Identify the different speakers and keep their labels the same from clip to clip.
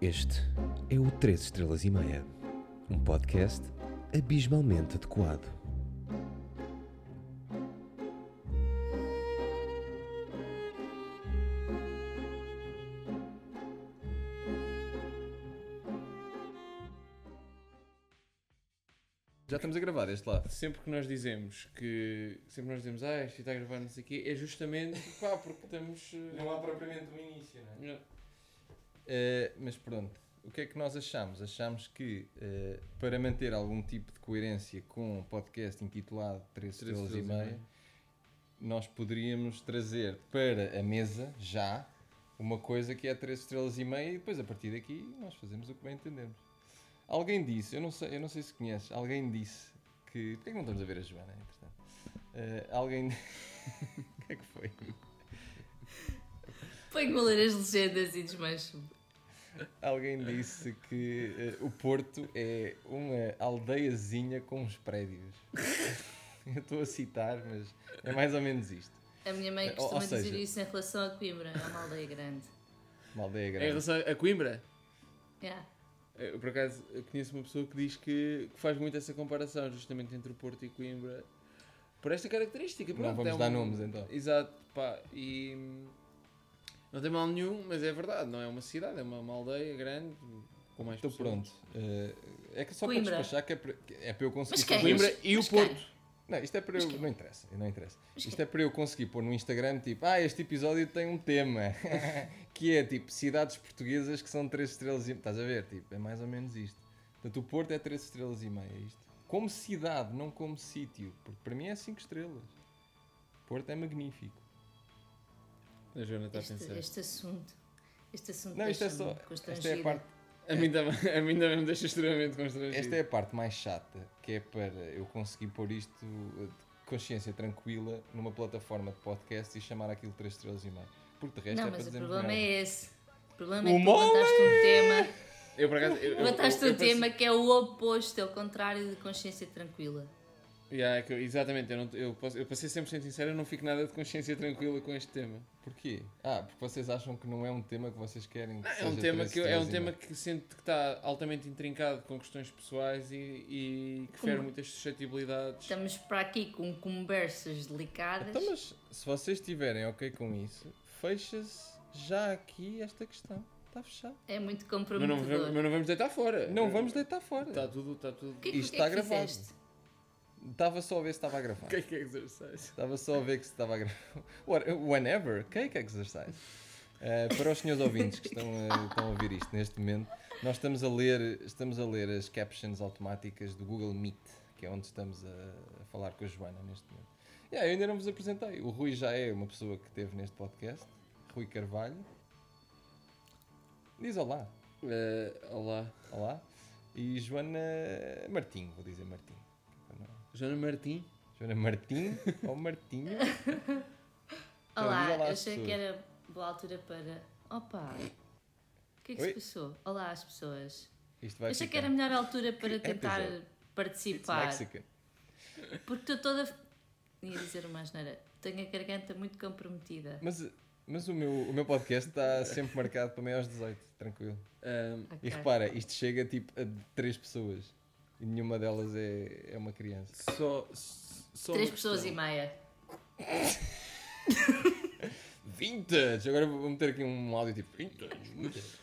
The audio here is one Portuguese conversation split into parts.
Speaker 1: Este é o 3 Estrelas e Meia, um podcast abismalmente adequado.
Speaker 2: Já estamos a gravar deste lado.
Speaker 3: sempre que nós dizemos que sempre que nós dizemos ah isto está a gravar não sei o quê é justamente pá porque estamos eh,
Speaker 2: Não há propriamente um início, não é?
Speaker 3: não.
Speaker 2: Eh, mas pronto, o que é que nós achamos? Achamos que eh, para manter algum tipo de coerência com o podcast intitulado 3
Speaker 3: Três
Speaker 2: estrelas e
Speaker 3: estrelas e
Speaker 2: meia, nós poderíamos trazer para a mesa, já, uma coisa que é 3 estrelas e meia e depois a partir daqui nós fazemos o que bem entendermos. Alguém disse, eu não sei, eu não sei se conheces, alguém disse que... Porquê que não estamos a ver a Joana, entretanto? Eh, alguém... o que é que foi?
Speaker 4: Ponho a ler as legendas e desmancho-me.
Speaker 2: Alguém disse que eh, o Porto é uma aldeiazinha com uns prédios. Eu estou a citar, mas é mais ou menos isto.
Speaker 4: A minha mãe
Speaker 2: É, Ou-
Speaker 4: costuma
Speaker 2: ou seja-
Speaker 4: dizer isso em relação a Coimbra, é uma aldeia grande.
Speaker 2: Uma aldeia
Speaker 3: em
Speaker 2: grande.
Speaker 3: relação a Coimbra
Speaker 4: Yeah.
Speaker 3: eh, eu, por acaso eu conheço uma pessoa que diz que, que faz muito essa comparação justamente entre o Porto e Coimbra por esta característica
Speaker 2: Não
Speaker 3: pronto,
Speaker 2: vamos
Speaker 3: é
Speaker 2: dar nomes, então.
Speaker 3: exato pá e hum, não tem mal nenhum mas é verdade não é uma cidade é uma, uma aldeia grande com mais
Speaker 2: Estou
Speaker 3: pessoas.
Speaker 2: Então pronto. Eh, é que só
Speaker 4: Coimbra.
Speaker 2: para despachar que é para, que é para eu conseguir.
Speaker 4: Mas quem?
Speaker 2: Coimbra-
Speaker 3: Coimbra e o
Speaker 4: Mas quem?
Speaker 3: Porto
Speaker 2: Não, isto é para eu. Não interessa, não interessa. Isto
Speaker 4: quem?
Speaker 2: é para eu conseguir pôr no Instagram tipo, ah, este episódio tem um tema. que é tipo cidades portuguesas que são 3 estrelas e. Estás a ver? Tipo, é mais ou menos isto. Portanto, o Porto é 3 estrelas e meia, isto. Como cidade, não como sítio. Porque para mim é 5 estrelas. Porto é magnífico.
Speaker 3: a Joana está a
Speaker 4: Este,
Speaker 3: pensar
Speaker 4: este assunto. Este assunto
Speaker 2: Não, isto é só.
Speaker 4: deixa-me
Speaker 2: Esta é a
Speaker 4: constrangida.
Speaker 2: parte
Speaker 3: a mim também a mim também me deixa extremamente constrangido
Speaker 2: Esta é a parte mais chata, que é para eu conseguir pôr isto uh, de consciência tranquila numa plataforma de podcast e chamar aquilo 3 estrelas e meio. Porque de resto é
Speaker 4: Não,
Speaker 2: para
Speaker 4: mas o
Speaker 2: dizer
Speaker 4: problema
Speaker 2: merda.
Speaker 4: é esse. O problema
Speaker 2: O
Speaker 4: é que tu levantaste um tema,
Speaker 3: Eu, por acaso, eu- eu-
Speaker 4: levantaste
Speaker 3: eu- eu
Speaker 4: um tema
Speaker 3: pensei-
Speaker 4: que é o oposto, é o contrário de consciência tranquila.
Speaker 3: Yeah, é que eu- exatamente, eu, não, eu, posso, eu passei 100% sincero, eu não fico nada de consciência tranquila com este tema.
Speaker 2: Porquê? Ah, porque vocês acham que não é um tema que vocês querem que
Speaker 3: É um
Speaker 2: seja
Speaker 3: tema,
Speaker 2: três
Speaker 3: que, eu- é um
Speaker 2: estrelas e
Speaker 3: tema
Speaker 2: meio.
Speaker 3: que sinto que está altamente intrincado com questões pessoais e, e que fere muitas suscetibilidades.
Speaker 4: Estamos para aqui com conversas delicadas.
Speaker 2: Então, mas se vocês estiverem ok com isso, fecha-se já aqui esta questão. Está fechado.
Speaker 4: É muito
Speaker 3: Mas não,
Speaker 4: comprometedor.
Speaker 3: vamos- mas não vamos deitar fora.
Speaker 2: Não vamos deitar fora.
Speaker 3: Está tudo, está tudo.
Speaker 4: O que é que,
Speaker 2: Isto
Speaker 4: o que é
Speaker 2: está
Speaker 4: que
Speaker 2: gravado.
Speaker 4: fizeste?
Speaker 2: Estava só a ver se estava a gravar.
Speaker 3: Cake exercise.
Speaker 2: Estava só a ver que se estava a gravar. What- Whenever, cake exercise. Eh, para os senhores ouvintes que estão a, estão a ouvir isto neste momento, nós estamos a ler, estamos a ler as captions automáticas do Google Meet, que é onde estamos a, a falar com a Joana neste momento. Yeah, eu ainda não vos apresentei. O Rui já é uma pessoa que esteve neste podcast, Rui Carvalho. Diz olá.
Speaker 3: Eh, olá.
Speaker 2: Olá. E Joana Martim, vou dizer Martim. Para não-
Speaker 3: Joana Martim.
Speaker 2: Joana Martim ou Martinho? Então, diz
Speaker 4: Olá,
Speaker 2: olá
Speaker 4: eu
Speaker 2: às
Speaker 4: achei que
Speaker 2: pessoas.
Speaker 4: era boa altura para. Opa! O que é que
Speaker 2: Oi?
Speaker 4: se passou? Olá às pessoas.
Speaker 2: Isto
Speaker 4: Eu
Speaker 2: vai
Speaker 4: achei que
Speaker 2: ficar. É,
Speaker 4: era a melhor altura para
Speaker 2: Que
Speaker 4: tentar
Speaker 2: episódio?
Speaker 4: participar.
Speaker 2: Mexican.
Speaker 4: Porque estou toda. Ia dizer uma asneira. Tenho a garganta muito comprometida.
Speaker 2: Mas, mas o, meu, o meu podcast está sempre marcado para meio aos 18, tranquilo.
Speaker 3: Ahm,
Speaker 4: Ok.
Speaker 2: E repara, isto chega tipo a três pessoas e nenhuma delas é, é uma criança.
Speaker 3: só, só.
Speaker 4: Três
Speaker 3: uma
Speaker 4: pessoas e
Speaker 3: questão.
Speaker 4: meia.
Speaker 2: Vintage! Agora vou meter aqui um áudio tipo vintage, vintage.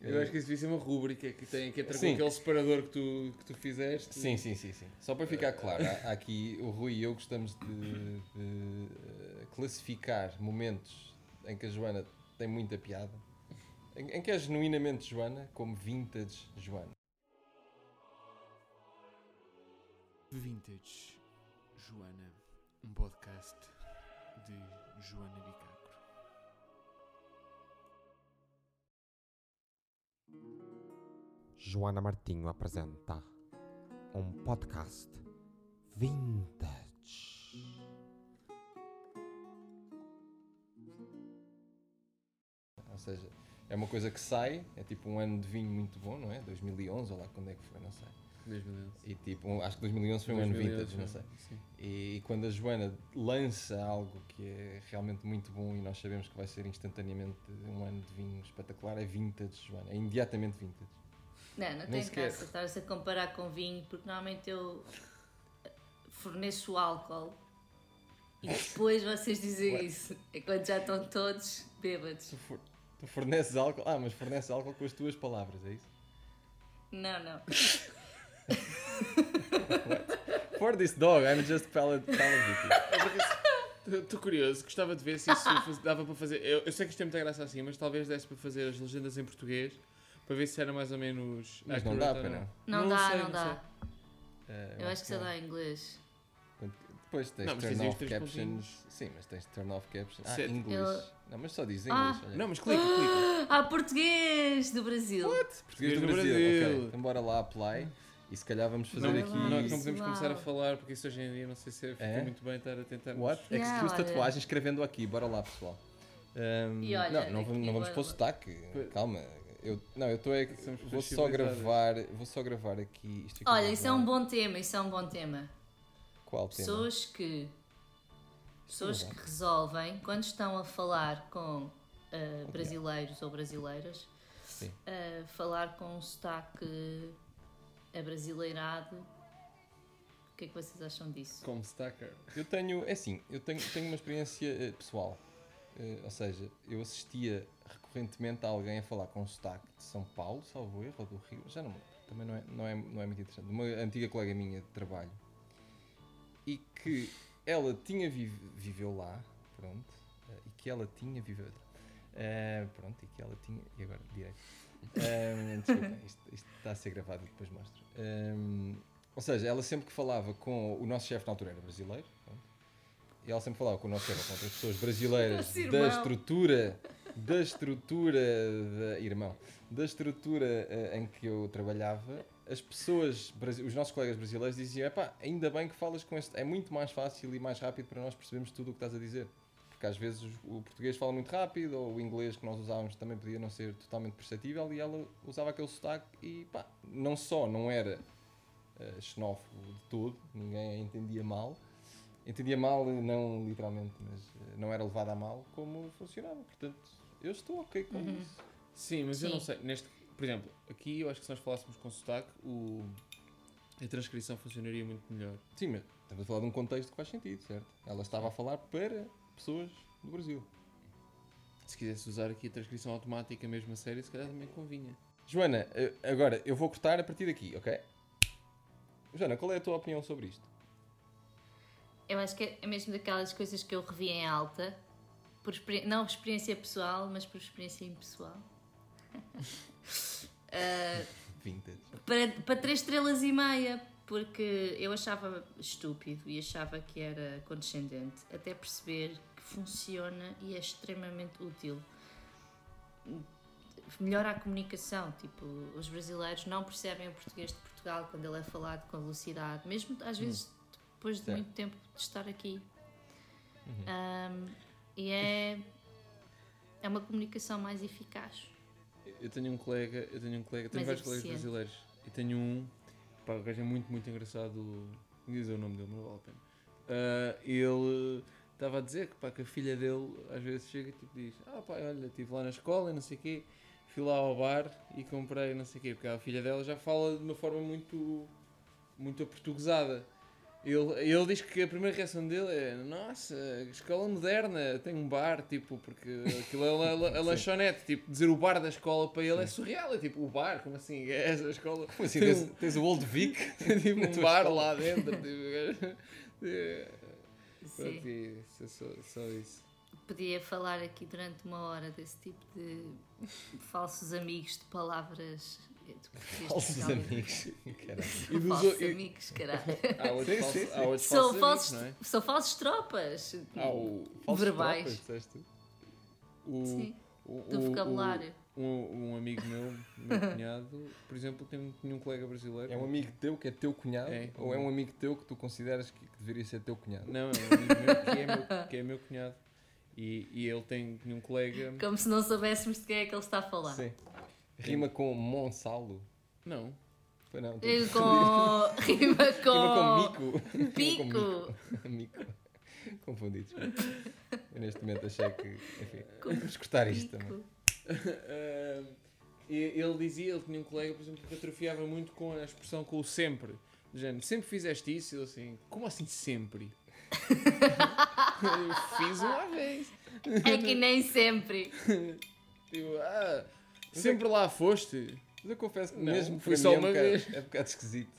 Speaker 3: Eu acho que isso devia ser uma rúbrica que tem que entra
Speaker 2: Sim.
Speaker 3: com aquele separador que tu, que tu fizeste.
Speaker 2: Sim, sim, sim, sim. Eh, Só para ficar claro, há- há aqui o Rui e eu gostamos de, de, eh, classificar momentos em que a Joana tem muita piada, em, em que é genuinamente Joana, como vintage Joana.
Speaker 5: Vintage Joana, um podcast de Joana Bicacro.
Speaker 6: Joana Martinho apresenta um podcast vintage.
Speaker 2: Ou seja, é uma coisa que sai, é tipo um ano de vinho muito bom, não é? 2011 ou lá quando é que foi, não sei.
Speaker 3: 2011.
Speaker 2: E tipo, um- acho que 2011 foi um ano vintage, não sei.
Speaker 3: Sim.
Speaker 2: E quando a Joana lança algo que é realmente muito bom e nós sabemos que vai ser instantaneamente um ano de vinho espetacular, é vintage, Joana. É imediatamente vintage.
Speaker 4: Não, não
Speaker 2: Nem
Speaker 4: tem
Speaker 2: sequer.
Speaker 4: graça estar-se a comparar com vinho, porque normalmente eu forneço o álcool e depois vocês dizem isso. É quando já estão todos bêbados.
Speaker 2: Tu, for- tu forneces álcool. Ah, mas forneces álcool com as tuas palavras, é isso?
Speaker 4: Não, não.
Speaker 2: For this dog, I'm just palate palate
Speaker 3: Estou curioso, gostava de ver se isso faz- dava para fazer. Eu, eu sei que isto tem muita graça assim, mas talvez desse para fazer as legendas em português para ver se era mais ou menos.
Speaker 2: Mas não
Speaker 3: accurate
Speaker 2: dá
Speaker 3: ou
Speaker 2: para não.
Speaker 4: Não, dá,
Speaker 3: sei,
Speaker 4: não, dá.
Speaker 3: sei.
Speaker 2: Eh,
Speaker 4: Eu acho que é. só
Speaker 2: não.
Speaker 4: dá em inglês.
Speaker 2: Depois tens
Speaker 3: Não, mas tens
Speaker 2: turn
Speaker 3: aí os
Speaker 2: off
Speaker 3: três
Speaker 2: captions. Sim, mas tens turn off captions. Ah,
Speaker 3: Certo.
Speaker 2: inglês.
Speaker 4: Eu-
Speaker 2: Não, mas só diz
Speaker 4: Ah.
Speaker 2: inglês. olha.
Speaker 3: Não, mas clica, clica.
Speaker 4: Ah, português do Brasil.
Speaker 2: Português do
Speaker 3: Português do
Speaker 2: Brasil.
Speaker 3: Brasil.
Speaker 2: Ok, então bora lá, apply. E se calhar vamos fazer
Speaker 3: Não,
Speaker 2: aqui.
Speaker 3: não, não
Speaker 4: isso,
Speaker 3: podemos
Speaker 4: uau.
Speaker 3: começar a falar porque isso hoje em dia não sei se é, fica
Speaker 2: É?
Speaker 3: muito bem estar a tentar.
Speaker 2: What?
Speaker 4: Não,
Speaker 2: Excuse
Speaker 4: olha.
Speaker 2: tatuagem escrevendo aqui, bora lá pessoal. Ahm,
Speaker 4: E olha,
Speaker 2: não, não,
Speaker 4: aqui
Speaker 2: vamos- não vamos
Speaker 4: bora-
Speaker 2: pôr sotaque,
Speaker 3: Pois.
Speaker 2: calma. Eu, não, eu estou é
Speaker 3: Somos
Speaker 2: vou
Speaker 3: pessoas
Speaker 2: só
Speaker 3: civilizadas.
Speaker 2: gravar, vou só gravar aqui. Isto fica
Speaker 4: Olha,
Speaker 2: muito
Speaker 4: isso é um
Speaker 2: mal.
Speaker 4: bom tema, isso é um bom tema.
Speaker 2: Qual tema?
Speaker 4: Pessoas que. Pessoas que resolvem, quando estão a falar com ah, brasileiros ou brasileiras,
Speaker 2: Sim.
Speaker 4: ah, falar com um sotaque abrasileirado. O que é que vocês acham disso?
Speaker 3: Como stacker.
Speaker 2: Eu tenho, é assim, eu tenho, tenho uma experiência eh, pessoal. Eh, ou seja, eu assistia recorrentemente a alguém a falar com sotaque de São Paulo, salvo erro, ou do Rio, já não me lembro. Também não é, não, é, não é muito interessante. Uma antiga colega minha de trabalho. E que ela tinha vive, viveu lá, pronto. eh, e que ela tinha viveu. eh, pronto, e que ela tinha. E agora, direito. Eh, desculpa, isto, isto está a ser gravado e depois mostro. Eh, ou seja, ela sempre que falava com o nosso chefe na altura era brasileiro, pronto, e ela sempre falava com o nosso chefe, com outras pessoas brasileiras
Speaker 4: Nosso
Speaker 2: da
Speaker 4: irmão.
Speaker 2: estrutura, da estrutura, da, irmão, da estrutura eh, em que eu trabalhava, as pessoas, brasi- os nossos colegas brasileiros diziam, epá, ainda bem que falas com este, é muito mais fácil e mais rápido para nós percebermos tudo o que estás a dizer. Porque às vezes os- o português fala muito rápido, ou o inglês que nós usávamos também podia não ser totalmente perceptível, e ela usava aquele sotaque e pá, não só não era eh, xenófobo de todo, ninguém a entendia mal, entendia mal, eh, não literalmente, mas eh, não era levada a mal como funcionava. Portanto, eu estou ok com
Speaker 4: Uhum.
Speaker 2: isso.
Speaker 3: Sim, mas eu não
Speaker 4: Sim.
Speaker 3: sei. Neste, por exemplo, aqui eu acho que se nós falássemos com sotaque, o, a transcrição funcionaria muito melhor.
Speaker 2: Sim, mas estamos a falar de um contexto que faz sentido, certo? Ela estava a falar para pessoas do Brasil.
Speaker 3: Se quisesse usar aqui a transcrição automática mesmo a sério, se calhar também convinha.
Speaker 2: Joana, eh, agora eu vou cortar a partir daqui, ok? Joana, qual é a tua opinião sobre isto?
Speaker 4: Eu acho que é mesmo daquelas coisas que eu revi em alta, por experi- não por experiência pessoal, mas por experiência impessoal. Ah,
Speaker 2: Vintage.
Speaker 4: para, para três estrelas e meia, porque eu achava estúpido e achava que era condescendente, até perceber que funciona e é extremamente útil. Melhora a comunicação, tipo, os brasileiros não percebem o português de Portugal quando ele é falado com velocidade, mesmo às vezes depois de
Speaker 2: Certo.
Speaker 4: muito tempo de estar aqui.
Speaker 2: Uhum.
Speaker 4: Ahm, e é, é uma comunicação mais eficaz.
Speaker 3: Eu tenho um colega, eu tenho um colega, tenho
Speaker 4: Mais
Speaker 3: vários colegas
Speaker 4: eficiente.
Speaker 3: brasileiros. E tenho um, pá, o gajo é muito, muito engraçado. Não dizer o nome dele, mas não vale a pena. Ah, ele estava a dizer que, pá, que a filha dele às vezes chega e tipo, diz: Ah, pá, olha, estive lá na escola e não sei o quê, fui lá ao bar e comprei não sei o quê, porque a filha dela já fala de uma forma muito, muito aportuguesada. Ele, ele diz que a primeira reação dele é: Nossa, escola moderna, tem um bar, tipo, porque aquilo é la- la- a lanchonete, tipo, dizer o bar da escola para ele é surreal, é tipo, o bar, como assim? É essa a escola.
Speaker 2: Como assim,
Speaker 3: Tem
Speaker 2: tens,
Speaker 3: um-
Speaker 2: tens o Old Vic?
Speaker 3: tipo,
Speaker 2: Na
Speaker 3: um
Speaker 2: tua
Speaker 3: bar
Speaker 2: escola.
Speaker 3: lá dentro. Tipo, é,
Speaker 4: Sim.
Speaker 3: pronto, e isso é só, só isso.
Speaker 4: Podia falar aqui durante uma hora desse tipo de falsos amigos de palavras. eh, de português de
Speaker 2: Falsos
Speaker 4: Portugal.
Speaker 2: amigos. Caralho.
Speaker 3: E dos
Speaker 4: falsos
Speaker 3: o- e-
Speaker 4: amigos, caralho.
Speaker 3: Há outros
Speaker 2: Sim, sim,
Speaker 3: falsos,
Speaker 2: sim.
Speaker 3: há outros é?
Speaker 4: São
Speaker 3: falsos,
Speaker 4: falsos,
Speaker 3: amigos,
Speaker 4: são falsos tropas.
Speaker 3: não é? Há o,
Speaker 2: Falsos
Speaker 4: Verbais.
Speaker 2: tropas, disseste?
Speaker 3: o,
Speaker 4: Sim,
Speaker 3: o-
Speaker 4: do
Speaker 3: o-
Speaker 4: vocabulário.
Speaker 3: o- um, um amigo meu, meu cunhado, por exemplo, tem, tinha um colega brasileiro.
Speaker 2: É um amigo teu que é teu cunhado?
Speaker 3: É.
Speaker 2: Ou é um amigo teu que tu consideras que, que deveria ser teu cunhado?
Speaker 3: Não, é um amigo meu que é meu, que é meu cunhado. E, e ele tem tinha um colega.
Speaker 4: Como se não soubéssemos de quem é que ele está a falar.
Speaker 2: Sim. Rima com Monsalo.
Speaker 3: Não.
Speaker 2: Foi não. tu-
Speaker 4: Eh, Com. Rima
Speaker 2: Rima
Speaker 4: com.
Speaker 2: com mico. Rima com
Speaker 4: Pico.
Speaker 2: Mico. Confundidos. Eu neste momento achei que. Enfim, vamos cortar isto também.
Speaker 4: Pico.
Speaker 3: Ah, e ele dizia, ele tinha um colega, por exemplo, que atrofiava muito com a expressão com o sempre. Do género, sempre fizeste isso? Ele assim, como assim sempre? Eu Fiz uma vez.
Speaker 4: É que nem sempre.
Speaker 3: Tipo, ah, sempre lá foste.
Speaker 2: Mas eu confesso que
Speaker 3: Não,
Speaker 2: mesmo
Speaker 3: foi
Speaker 2: para
Speaker 3: só
Speaker 2: mim é um
Speaker 3: uma
Speaker 2: bocado-
Speaker 3: vez.
Speaker 2: É um bocado esquisito.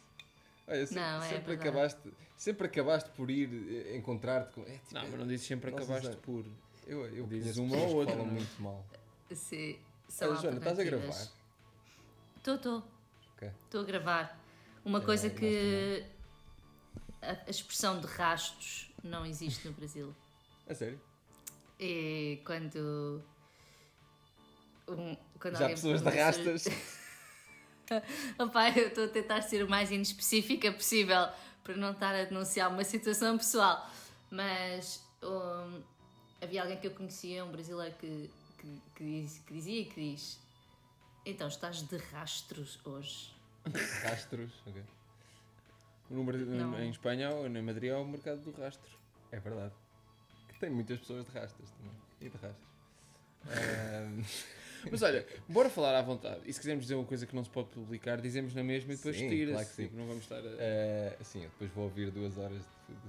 Speaker 2: Olha, sempre,
Speaker 4: Não, é
Speaker 2: sempre
Speaker 4: verdade.
Speaker 2: acabaste, sempre acabaste por ir eh, encontrar-te com. É, tipo,
Speaker 3: Não, mas não dizes sempre
Speaker 2: Nossa,
Speaker 3: acabaste
Speaker 2: Zé.
Speaker 3: por.
Speaker 2: eu, eu
Speaker 3: dizes
Speaker 2: conheço
Speaker 3: uma
Speaker 2: pessoas
Speaker 3: ou
Speaker 2: que
Speaker 3: outra,
Speaker 2: falam
Speaker 3: não é?
Speaker 2: muito mal.
Speaker 4: Se.
Speaker 2: Olha, Joana, estás a gravar?
Speaker 4: Estou, estou.
Speaker 2: Ok.
Speaker 4: Estou a gravar. Uma
Speaker 2: É,
Speaker 4: coisa
Speaker 2: nós
Speaker 4: que. A, a expressão de rastos não existe no Brasil.
Speaker 2: A sério?
Speaker 4: É quando. um- quando
Speaker 2: Já há
Speaker 4: alguém
Speaker 2: pessoas de
Speaker 4: pergunta-
Speaker 2: rastas.
Speaker 4: Opa, eu estou a tentar ser o mais inespecífica possível para não estar a denunciar uma situação pessoal. Mas hum, havia alguém que eu conhecia, um brasileiro, que, que, que diz- que dizia e que diz: Então estás de rastros hoje.
Speaker 2: Rastros. ok.
Speaker 3: No Brasil-
Speaker 4: Não.
Speaker 3: em Espanha, ou em Madrid, há o mercado do rastro.
Speaker 2: É verdade. Que tem muitas pessoas de rastas também. E de rastas. Ahm,
Speaker 3: Mas olha, bora falar à vontade. E se quisermos dizer uma coisa que não se pode publicar, dizemos na mesma e depois
Speaker 2: Sim,
Speaker 3: tira-se.
Speaker 2: claro que sim.
Speaker 3: Tipo, não vamos estar a.
Speaker 2: eh, assim, eu depois vou ouvir duas horas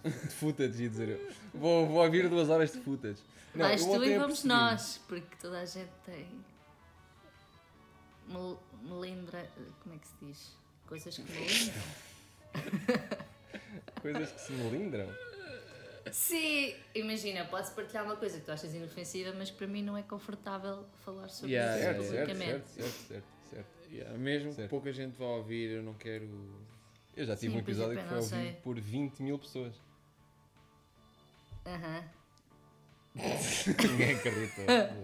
Speaker 2: de, de, de footage e dizer eu. Vou, vou ouvir duas horas de footage. Não,
Speaker 4: Vais
Speaker 2: eu
Speaker 4: tu
Speaker 2: ontem
Speaker 4: e vamos
Speaker 2: apercebi-me.
Speaker 4: nós, porque toda a gente tem. mel- Melindra. Como é que se diz? Coisas que melindram.
Speaker 2: Coisas que se melindram.
Speaker 4: Sim, imagina, podes partilhar uma coisa que tu achas inofensiva, mas que para mim não é confortável falar sobre
Speaker 3: Yeah,
Speaker 4: isso
Speaker 3: yeah,
Speaker 2: Certo, certo,
Speaker 4: publicamente.
Speaker 2: certo, certo, certo, certo.
Speaker 3: Yeah, mesmo que
Speaker 2: Certo.
Speaker 3: pouca gente vá ouvir, eu não quero.
Speaker 2: Eu já tive
Speaker 4: Sim,
Speaker 2: um
Speaker 4: pois é,
Speaker 2: episódio
Speaker 4: pá,
Speaker 2: que foi
Speaker 4: não
Speaker 2: ouvido
Speaker 4: sei.
Speaker 2: por 20 mil pessoas.
Speaker 4: Aham.
Speaker 2: Ninguém acredita.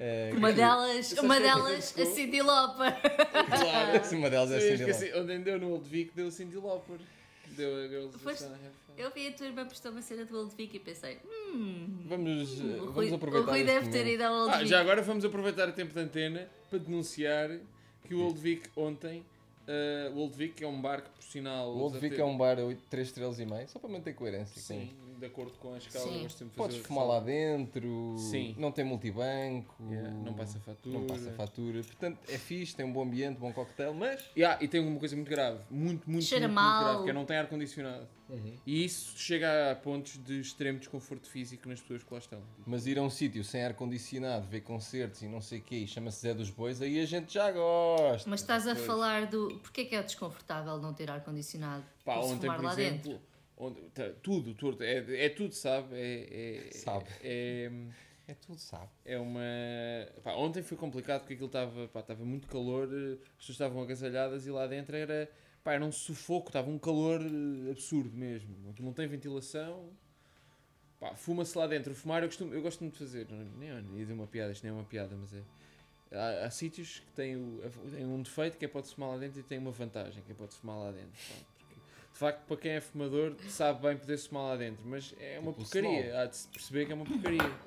Speaker 2: É,
Speaker 4: Uma delas,
Speaker 3: Isso
Speaker 4: uma
Speaker 3: é-
Speaker 4: delas, a
Speaker 3: Desculpa.
Speaker 4: Cindy Lauper.
Speaker 2: Claro, se uma delas é
Speaker 3: Eu
Speaker 2: Cindy
Speaker 3: esqueci,
Speaker 2: Lauper.
Speaker 3: Ontem deu no Old Vic, deu Cindy Lauper. Deu a Girls
Speaker 4: Foste-
Speaker 3: Just Wanna Have Fun.
Speaker 4: Eu vi a tua irmã postar uma cena do Old Vic e pensei, hum.
Speaker 2: Vamos, eh,
Speaker 4: o
Speaker 2: vamos
Speaker 4: Rui,
Speaker 2: aproveitar.
Speaker 4: o Rui
Speaker 2: este
Speaker 4: deve ter
Speaker 2: momento.
Speaker 4: ido ao Old
Speaker 3: Ah,
Speaker 4: Vic.
Speaker 3: já agora vamos aproveitar o tempo de antena para denunciar que o Old Vic ontem. ah, o Old Vic é um bar que, por sinal.
Speaker 2: O Old
Speaker 3: usa
Speaker 2: Vic
Speaker 3: ter-
Speaker 2: é um bar a 3 estrelas e meio, só para manter coerência.
Speaker 3: Sim,
Speaker 2: Sim.
Speaker 3: de acordo com a escala.
Speaker 4: Sim.
Speaker 3: nós temos de fazer
Speaker 2: Podes
Speaker 3: a
Speaker 2: fumar lá
Speaker 3: ressalva.
Speaker 2: dentro,
Speaker 3: Sim.
Speaker 2: não tem multibanco,
Speaker 3: Yeah, Não passa fatura.
Speaker 2: não passa fatura. Portanto, é fixe, tem um bom ambiente, bom coquetel, mas
Speaker 3: Yeah, e tem uma coisa muito grave, muito, muito, muito,
Speaker 4: Cheira
Speaker 3: muito
Speaker 4: mal.
Speaker 3: grave, que é não tem ar-condicionado.
Speaker 2: Uhum.
Speaker 3: E isso chega a pontos de extremo desconforto físico nas pessoas que lá estão.
Speaker 2: Mas ir a um sítio sem ar-condicionado, ver concertos e não sei o quê, e chama-se Zé dos Bois, aí a gente já gosta.
Speaker 4: Mas estás a
Speaker 2: Pois.
Speaker 4: falar do. Porquê é que é desconfortável não ter ar-condicionado?
Speaker 3: Pá,
Speaker 4: Por se
Speaker 3: ontem,
Speaker 4: fumar
Speaker 3: por
Speaker 4: lá
Speaker 3: exemplo,
Speaker 4: dentro.
Speaker 3: ontem- tá, tudo, tudo, é, é tudo, sabe? É, é-
Speaker 2: Sabe.
Speaker 3: É,
Speaker 2: É tudo, sabe?
Speaker 3: é uma. pá, ontem foi complicado porque aquilo estava pá, estava muito calor, eh, as pessoas estavam agasalhadas e lá dentro era. Pá, era um sufoco, estava um calor eh, absurdo mesmo. Aquilo não tem ventilação. Pá, fuma-se lá dentro. Fumar eu, costumo, eu gosto muito de fazer. Não, nem nem ia dizer uma piada, isto nem é uma piada, mas é. Há, há sítios que têm, o, têm um defeito que é pode fumar lá dentro e tem uma vantagem que é pode fumar lá dentro. pá, porque, de facto, para quem é fumador, sabe bem poder fumar lá dentro, mas é uma
Speaker 2: Tipo o snob.
Speaker 3: porcaria. Há de se perceber que é uma porcaria.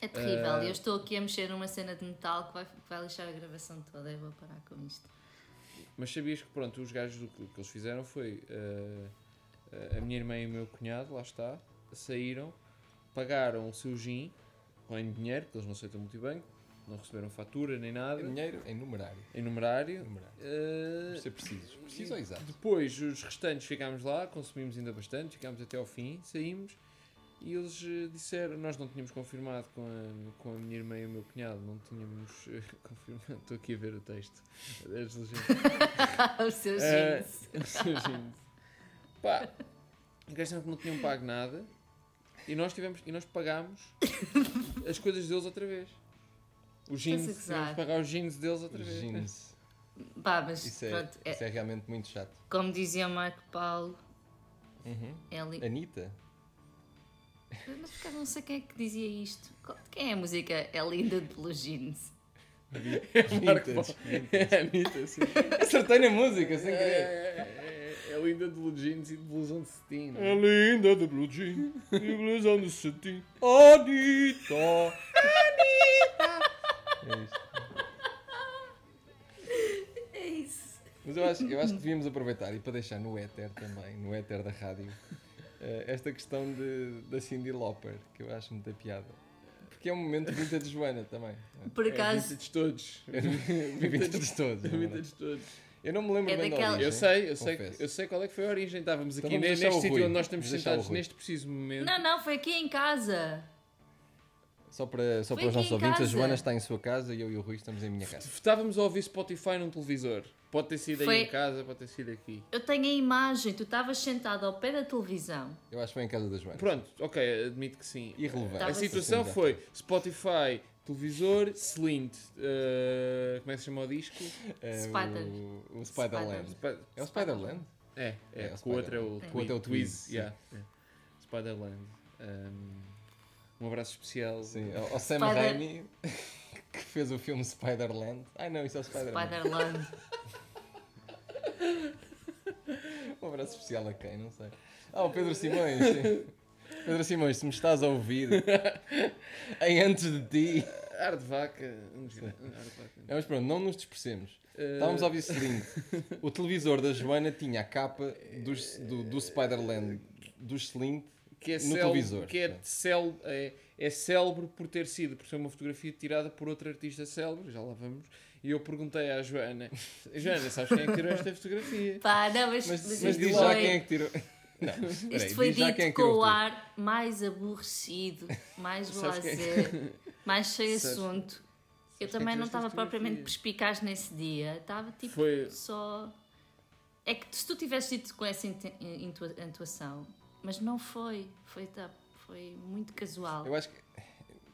Speaker 4: É terrível.
Speaker 3: Eh,
Speaker 4: Eu estou aqui a mexer numa cena de metal que vai, que vai lixar a gravação toda. Eu vou parar com isto.
Speaker 3: Mas sabias que, pronto, os gajos, o que, o que eles fizeram foi. eh, eh, a minha irmã e o meu cunhado, lá está, saíram, pagaram o seu gin, com em dinheiro, porque eles não aceitam multibanco, não receberam fatura nem nada,
Speaker 2: É Dinheiro em numerário. é
Speaker 3: em numerário.
Speaker 2: numerário.
Speaker 3: eh,
Speaker 2: Vamos ser precisos. Preciso ou exato?
Speaker 3: depois, os restantes ficámos lá, consumimos ainda bastante, ficámos até ao fim, saímos. E eles eh, disseram, nós não tínhamos confirmado com a, com a minha irmã e o meu cunhado, não tínhamos eh, confirmado. Estou aqui a ver o texto. As legendas.
Speaker 4: Os seus
Speaker 3: Eh,
Speaker 4: jeans.
Speaker 3: Surgindo. Pá, os gajos não tinham pago nada e nós tivemos e nós pagámos as coisas deles outra vez. Os jeans,
Speaker 4: Estás a gozar.
Speaker 3: tivemos que pagar os jeans deles outra
Speaker 2: Os
Speaker 3: vez.
Speaker 2: jeans.
Speaker 4: Pá, mas
Speaker 2: Isso é,
Speaker 4: pronto. é-
Speaker 2: isso é Uhum. realmente muito chato.
Speaker 4: Como dizia o Marco Paulo, é ali.
Speaker 2: Anitta?
Speaker 4: Mas por acaso não sei quem é que dizia isto. Qual- de Quem é a música É Linda de Blue Jeans?
Speaker 2: Vintage.
Speaker 3: É a Anitta, sim.
Speaker 2: Acertei na música, sem
Speaker 3: É,
Speaker 2: querer.
Speaker 3: é, é, é linda de blue jeans e de blusão de cetim. não é?
Speaker 2: É linda de blue jean e blusão É de cetim. Anitta! Anitta! É isto.
Speaker 4: É isso.
Speaker 2: eu acho, eu acho que devíamos aproveitar e para deixar no éter também, no éter da rádio, eh, esta questão de, da Cindy Lauper, que eu acho muita piada. Porque é um momento vintage de Joana também.
Speaker 4: Por
Speaker 3: É,
Speaker 4: acaso,
Speaker 3: vintage todos.
Speaker 2: É vintage de todos. é
Speaker 3: É
Speaker 2: verdade.
Speaker 3: vintage todos.
Speaker 2: Eu não me lembro
Speaker 4: É
Speaker 2: bem da
Speaker 4: daquela-
Speaker 2: origem,
Speaker 4: Eu
Speaker 3: Eu sei, eu sei,
Speaker 2: Ah, confesso.
Speaker 3: eu sei qual é que foi a origem. Estávamos
Speaker 2: Então
Speaker 3: aqui
Speaker 2: vamos
Speaker 3: neste
Speaker 2: deixar o Rui.
Speaker 3: sítio onde nós estamos
Speaker 2: Vamos deixar o
Speaker 3: sentados
Speaker 2: Rui.
Speaker 3: neste preciso momento.
Speaker 4: não, não, foi aqui em casa.
Speaker 2: Só para, só
Speaker 4: Foi
Speaker 2: para os
Speaker 4: aqui
Speaker 2: nossos
Speaker 4: em
Speaker 2: ouvintes, a
Speaker 4: casa.
Speaker 2: Joana está em sua casa e eu e o Rui estamos em minha casa.
Speaker 3: Estávamos a ouvir Spotify num televisor. Pode ter sido
Speaker 4: Foi-
Speaker 3: aí em casa, pode ter sido aqui.
Speaker 4: Eu tenho a imagem, tu estavas sentado ao pé da televisão.
Speaker 2: Eu acho que foi em casa da Joana.
Speaker 3: Pronto, ok, admito que sim.
Speaker 2: Irrelevante.
Speaker 4: Tava
Speaker 3: A situação
Speaker 2: Sim, já.
Speaker 3: foi Spotify, televisor, Slint. eh, como é que se chama o disco?
Speaker 2: É o-
Speaker 4: Spider.
Speaker 2: O Spider-Land.
Speaker 3: Spa-
Speaker 2: É o Spider-Land?
Speaker 3: É, é,
Speaker 2: É, o
Speaker 3: com o outro é o
Speaker 2: Spider-Man.
Speaker 3: com o outro é o
Speaker 2: Twiz,
Speaker 3: Twiz. yeah, é. Spider-Land. Um, um abraço especial.
Speaker 2: Sim, ao ao Sam
Speaker 4: Spider-
Speaker 2: Raimi, que fez o filme Spider-Land. Ai não, isso é o Spider-Man.
Speaker 4: Spider-Land.
Speaker 2: Um abraço especial a quem, não sei. Ah, o Pedro Simões, sim. Pedro Simões, se me estás a ouvir, em antes de ti.
Speaker 3: Ar de vaca. um dos grandes- ar de vaca.
Speaker 2: Não, mas pronto, não nos dispersemos.
Speaker 3: Eh,
Speaker 2: Estávamos a ouvir Sling. O televisor da Joana tinha a capa dos, do, do Spider-Land, dos Sling.
Speaker 3: que é
Speaker 2: no
Speaker 3: célebre,
Speaker 2: televisor,
Speaker 3: Que é,
Speaker 2: portanto.
Speaker 3: célebre, é, é célebre por ter sido, por ser uma fotografia tirada por outro artista célebre, já lá vamos. E eu perguntei à Joana: Joana, sabes quem é que tirou esta fotografia?
Speaker 4: Pá, não, mas,
Speaker 2: Mas, mas
Speaker 4: mas isto
Speaker 2: diz lá
Speaker 4: foi-
Speaker 2: quem é que tirou. Não, peraí,
Speaker 4: Isto foi
Speaker 2: diz já quem é
Speaker 4: dito
Speaker 2: que
Speaker 4: com
Speaker 2: tirou
Speaker 4: o
Speaker 2: o filme.
Speaker 4: ar mais aborrecido, mais
Speaker 3: Sabes quem é
Speaker 4: lazer, mais cheio de
Speaker 3: Sabes-
Speaker 4: assunto. Eu
Speaker 3: quem é
Speaker 4: também
Speaker 3: que tirou
Speaker 4: não
Speaker 3: esta
Speaker 4: estava propriamente
Speaker 3: fotografia?
Speaker 4: perspicaz nesse dia. Estava tipo
Speaker 3: Foi-
Speaker 4: só. É que se tu tivesse dito com essa inte- intua- atuação, mas não foi. Foi, tá, foi muito casual.
Speaker 2: Eu acho que.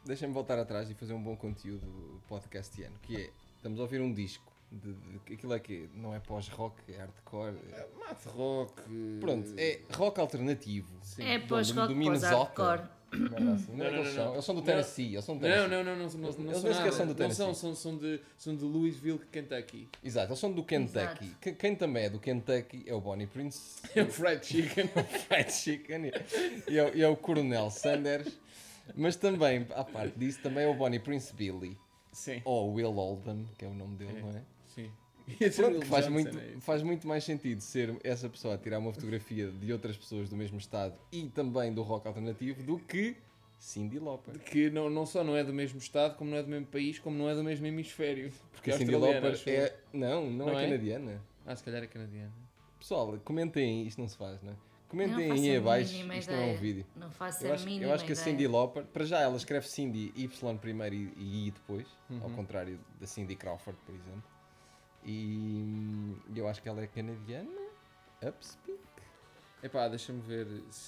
Speaker 2: Deixa-me voltar atrás e fazer um bom conteúdo podcastiano, que é. Estamos a ouvir um disco. De, de- aquilo é que não é pós-rock, é hardcore. é-
Speaker 3: Math rock.
Speaker 2: Pronto, é rock alternativo.
Speaker 4: É
Speaker 2: Do-
Speaker 4: pós-rock,
Speaker 2: do Minnesota.
Speaker 4: pós-hardcore.
Speaker 2: Merda assim. Não, é
Speaker 3: Não,
Speaker 2: que
Speaker 3: não,
Speaker 2: eles
Speaker 3: não,
Speaker 2: são.
Speaker 3: não.
Speaker 2: Eles são do
Speaker 3: Não.
Speaker 2: Tennessee. Eles são do
Speaker 3: Não,
Speaker 2: Tennessee.
Speaker 3: não, não, não, não, não,
Speaker 2: Eles
Speaker 3: são
Speaker 2: nem sequer
Speaker 3: nada.
Speaker 2: são do
Speaker 3: não são,
Speaker 2: Tennessee.
Speaker 3: são, são de, são de Louisville, Kentucky.
Speaker 2: Exato, eles são do Kentucky.
Speaker 4: Exato.
Speaker 2: Que- quem também é do Kentucky é o Bonnie Prince,
Speaker 3: É o fried chicken.
Speaker 2: Fried Chicken e é, o- e é o Coronel Sanders. Mas também, à parte disso, também é o Bonnie Prince Billy.
Speaker 3: Sim.
Speaker 2: Ou Will Oldham, que é o nome dele,
Speaker 3: É.
Speaker 2: não é?
Speaker 3: Sim. é
Speaker 2: Pronto, que faz, muito, faz muito mais sentido ser essa pessoa a tirar uma fotografia de outras pessoas do mesmo estado e também do rock alternativo do que Cindy Lauper.
Speaker 3: Que não, não só não é do mesmo estado, como não é do mesmo país, como não é do mesmo hemisfério.
Speaker 2: Porque
Speaker 3: É
Speaker 2: a Cindy
Speaker 3: australiana,
Speaker 2: Lauper
Speaker 3: acho eu.
Speaker 2: é. Não, não,
Speaker 3: Não
Speaker 2: é,
Speaker 3: é?
Speaker 2: canadiana.
Speaker 3: Ah, se calhar é canadiano.
Speaker 2: Pessoal, comentem, isto não se faz, não é?
Speaker 4: Eu
Speaker 2: Comentem
Speaker 4: não faço
Speaker 2: aí
Speaker 4: a
Speaker 2: abaixo,
Speaker 4: mínima
Speaker 2: isto não é um
Speaker 4: ideia.
Speaker 2: vídeo.
Speaker 4: Não faço
Speaker 2: Eu
Speaker 4: a
Speaker 2: acho,
Speaker 4: mínima
Speaker 2: eu acho que a
Speaker 4: ideia.
Speaker 2: Cindy Lauper, para já ela escreve Cindy Y primeiro e, e I depois, ao
Speaker 3: Uhum.
Speaker 2: contrário da Cindy Crawford, por exemplo. E hum, eu acho que ela é canadiana. Upspeak.
Speaker 3: Epá, deixa-me ver. Cindy.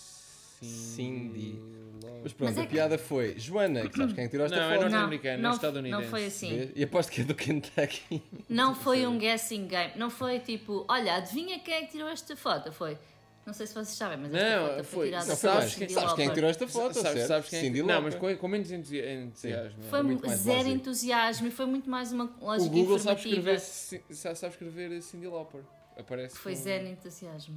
Speaker 2: Cindy.
Speaker 3: Lauper.
Speaker 2: Mas pronto,
Speaker 4: Mas é
Speaker 2: a
Speaker 4: que-
Speaker 2: piada foi Joana, que sabes quem é que tirou esta
Speaker 3: Não, é
Speaker 2: foto.
Speaker 3: norte-americana,
Speaker 4: não, não
Speaker 3: estadunidense.
Speaker 4: foi assim.
Speaker 2: Vês? E aposto que é do Kentucky.
Speaker 4: Não foi um guessing game, não foi tipo, olha, adivinha quem é que tirou esta foto? Foi, não sei se vocês sabem, mas esta
Speaker 3: Não,
Speaker 4: foto foi,
Speaker 3: foi-
Speaker 4: tirada
Speaker 3: não,
Speaker 2: Não
Speaker 4: por
Speaker 2: foi mais.
Speaker 3: Cindy
Speaker 4: Cindy
Speaker 2: Sabes quem é que tirou
Speaker 4: Lauper.
Speaker 2: esta foto?
Speaker 3: sabes,
Speaker 2: certo?
Speaker 3: sabes quem é que-
Speaker 2: Cindy
Speaker 3: Não, mas
Speaker 2: Lauper.
Speaker 3: com, com menos entusi- entusiasmo.
Speaker 4: Foi
Speaker 2: muito mais
Speaker 4: zero
Speaker 2: vazio.
Speaker 4: entusiasmo e foi muito mais uma
Speaker 3: O
Speaker 4: lógica
Speaker 3: Google sabe
Speaker 4: informativa.
Speaker 3: escrever, Ci- sa- sabe escrever Cindy Lauper. Aparece.
Speaker 4: Foi
Speaker 3: com-
Speaker 4: zero entusiasmo.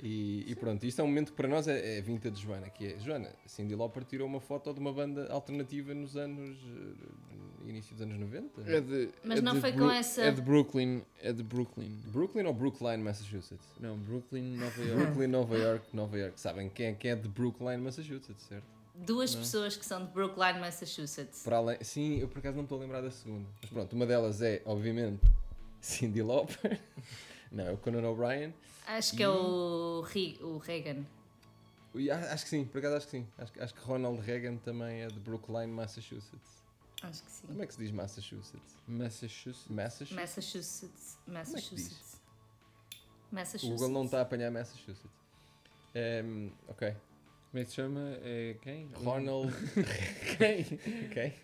Speaker 2: E, e pronto, isto é um momento que para nós é, é vinta de Joana, que é Joana, Cindy Lauper tirou uma foto de uma banda alternativa nos anos. eh, início dos anos 90?
Speaker 3: É de,
Speaker 4: Mas
Speaker 3: é
Speaker 4: não
Speaker 3: de
Speaker 4: foi com
Speaker 3: Bru-
Speaker 4: essa-
Speaker 3: É de Brooklyn. É de Brooklyn.
Speaker 2: Brooklyn ou Brookline, Massachusetts?
Speaker 3: Não, Brooklyn, Nova York.
Speaker 2: Brooklyn, Nova York, Nova York. Sabem quem é que é de Brookline, Massachusetts, certo?
Speaker 4: Duas pessoas que são de Brookline, Massachusetts.
Speaker 2: Para além... Sim, eu por acaso não estou a lembrar da segunda. Mas pronto, uma delas é, obviamente, Cindy Lauper. Não, é o Conan O'Brien.
Speaker 4: Acho que é o, Re- o Reagan.
Speaker 2: E a- Acho que sim, por acaso acho que sim. Acho, que- acho que Ronald Reagan também é de Brookline, Massachusetts.
Speaker 4: Acho que sim.
Speaker 2: Como é que se diz Massachusetts?
Speaker 3: Massachusetts.
Speaker 2: Massachusetts?
Speaker 4: Massachusetts.
Speaker 2: é que
Speaker 4: Massachusetts.
Speaker 2: O
Speaker 4: Massachusetts.
Speaker 2: Google não tá está a apanhar Massachusetts. Ehm, ok.
Speaker 3: Como é que se chama? É quem?
Speaker 2: Ronald.
Speaker 4: Hum.
Speaker 3: Quem?
Speaker 2: ok.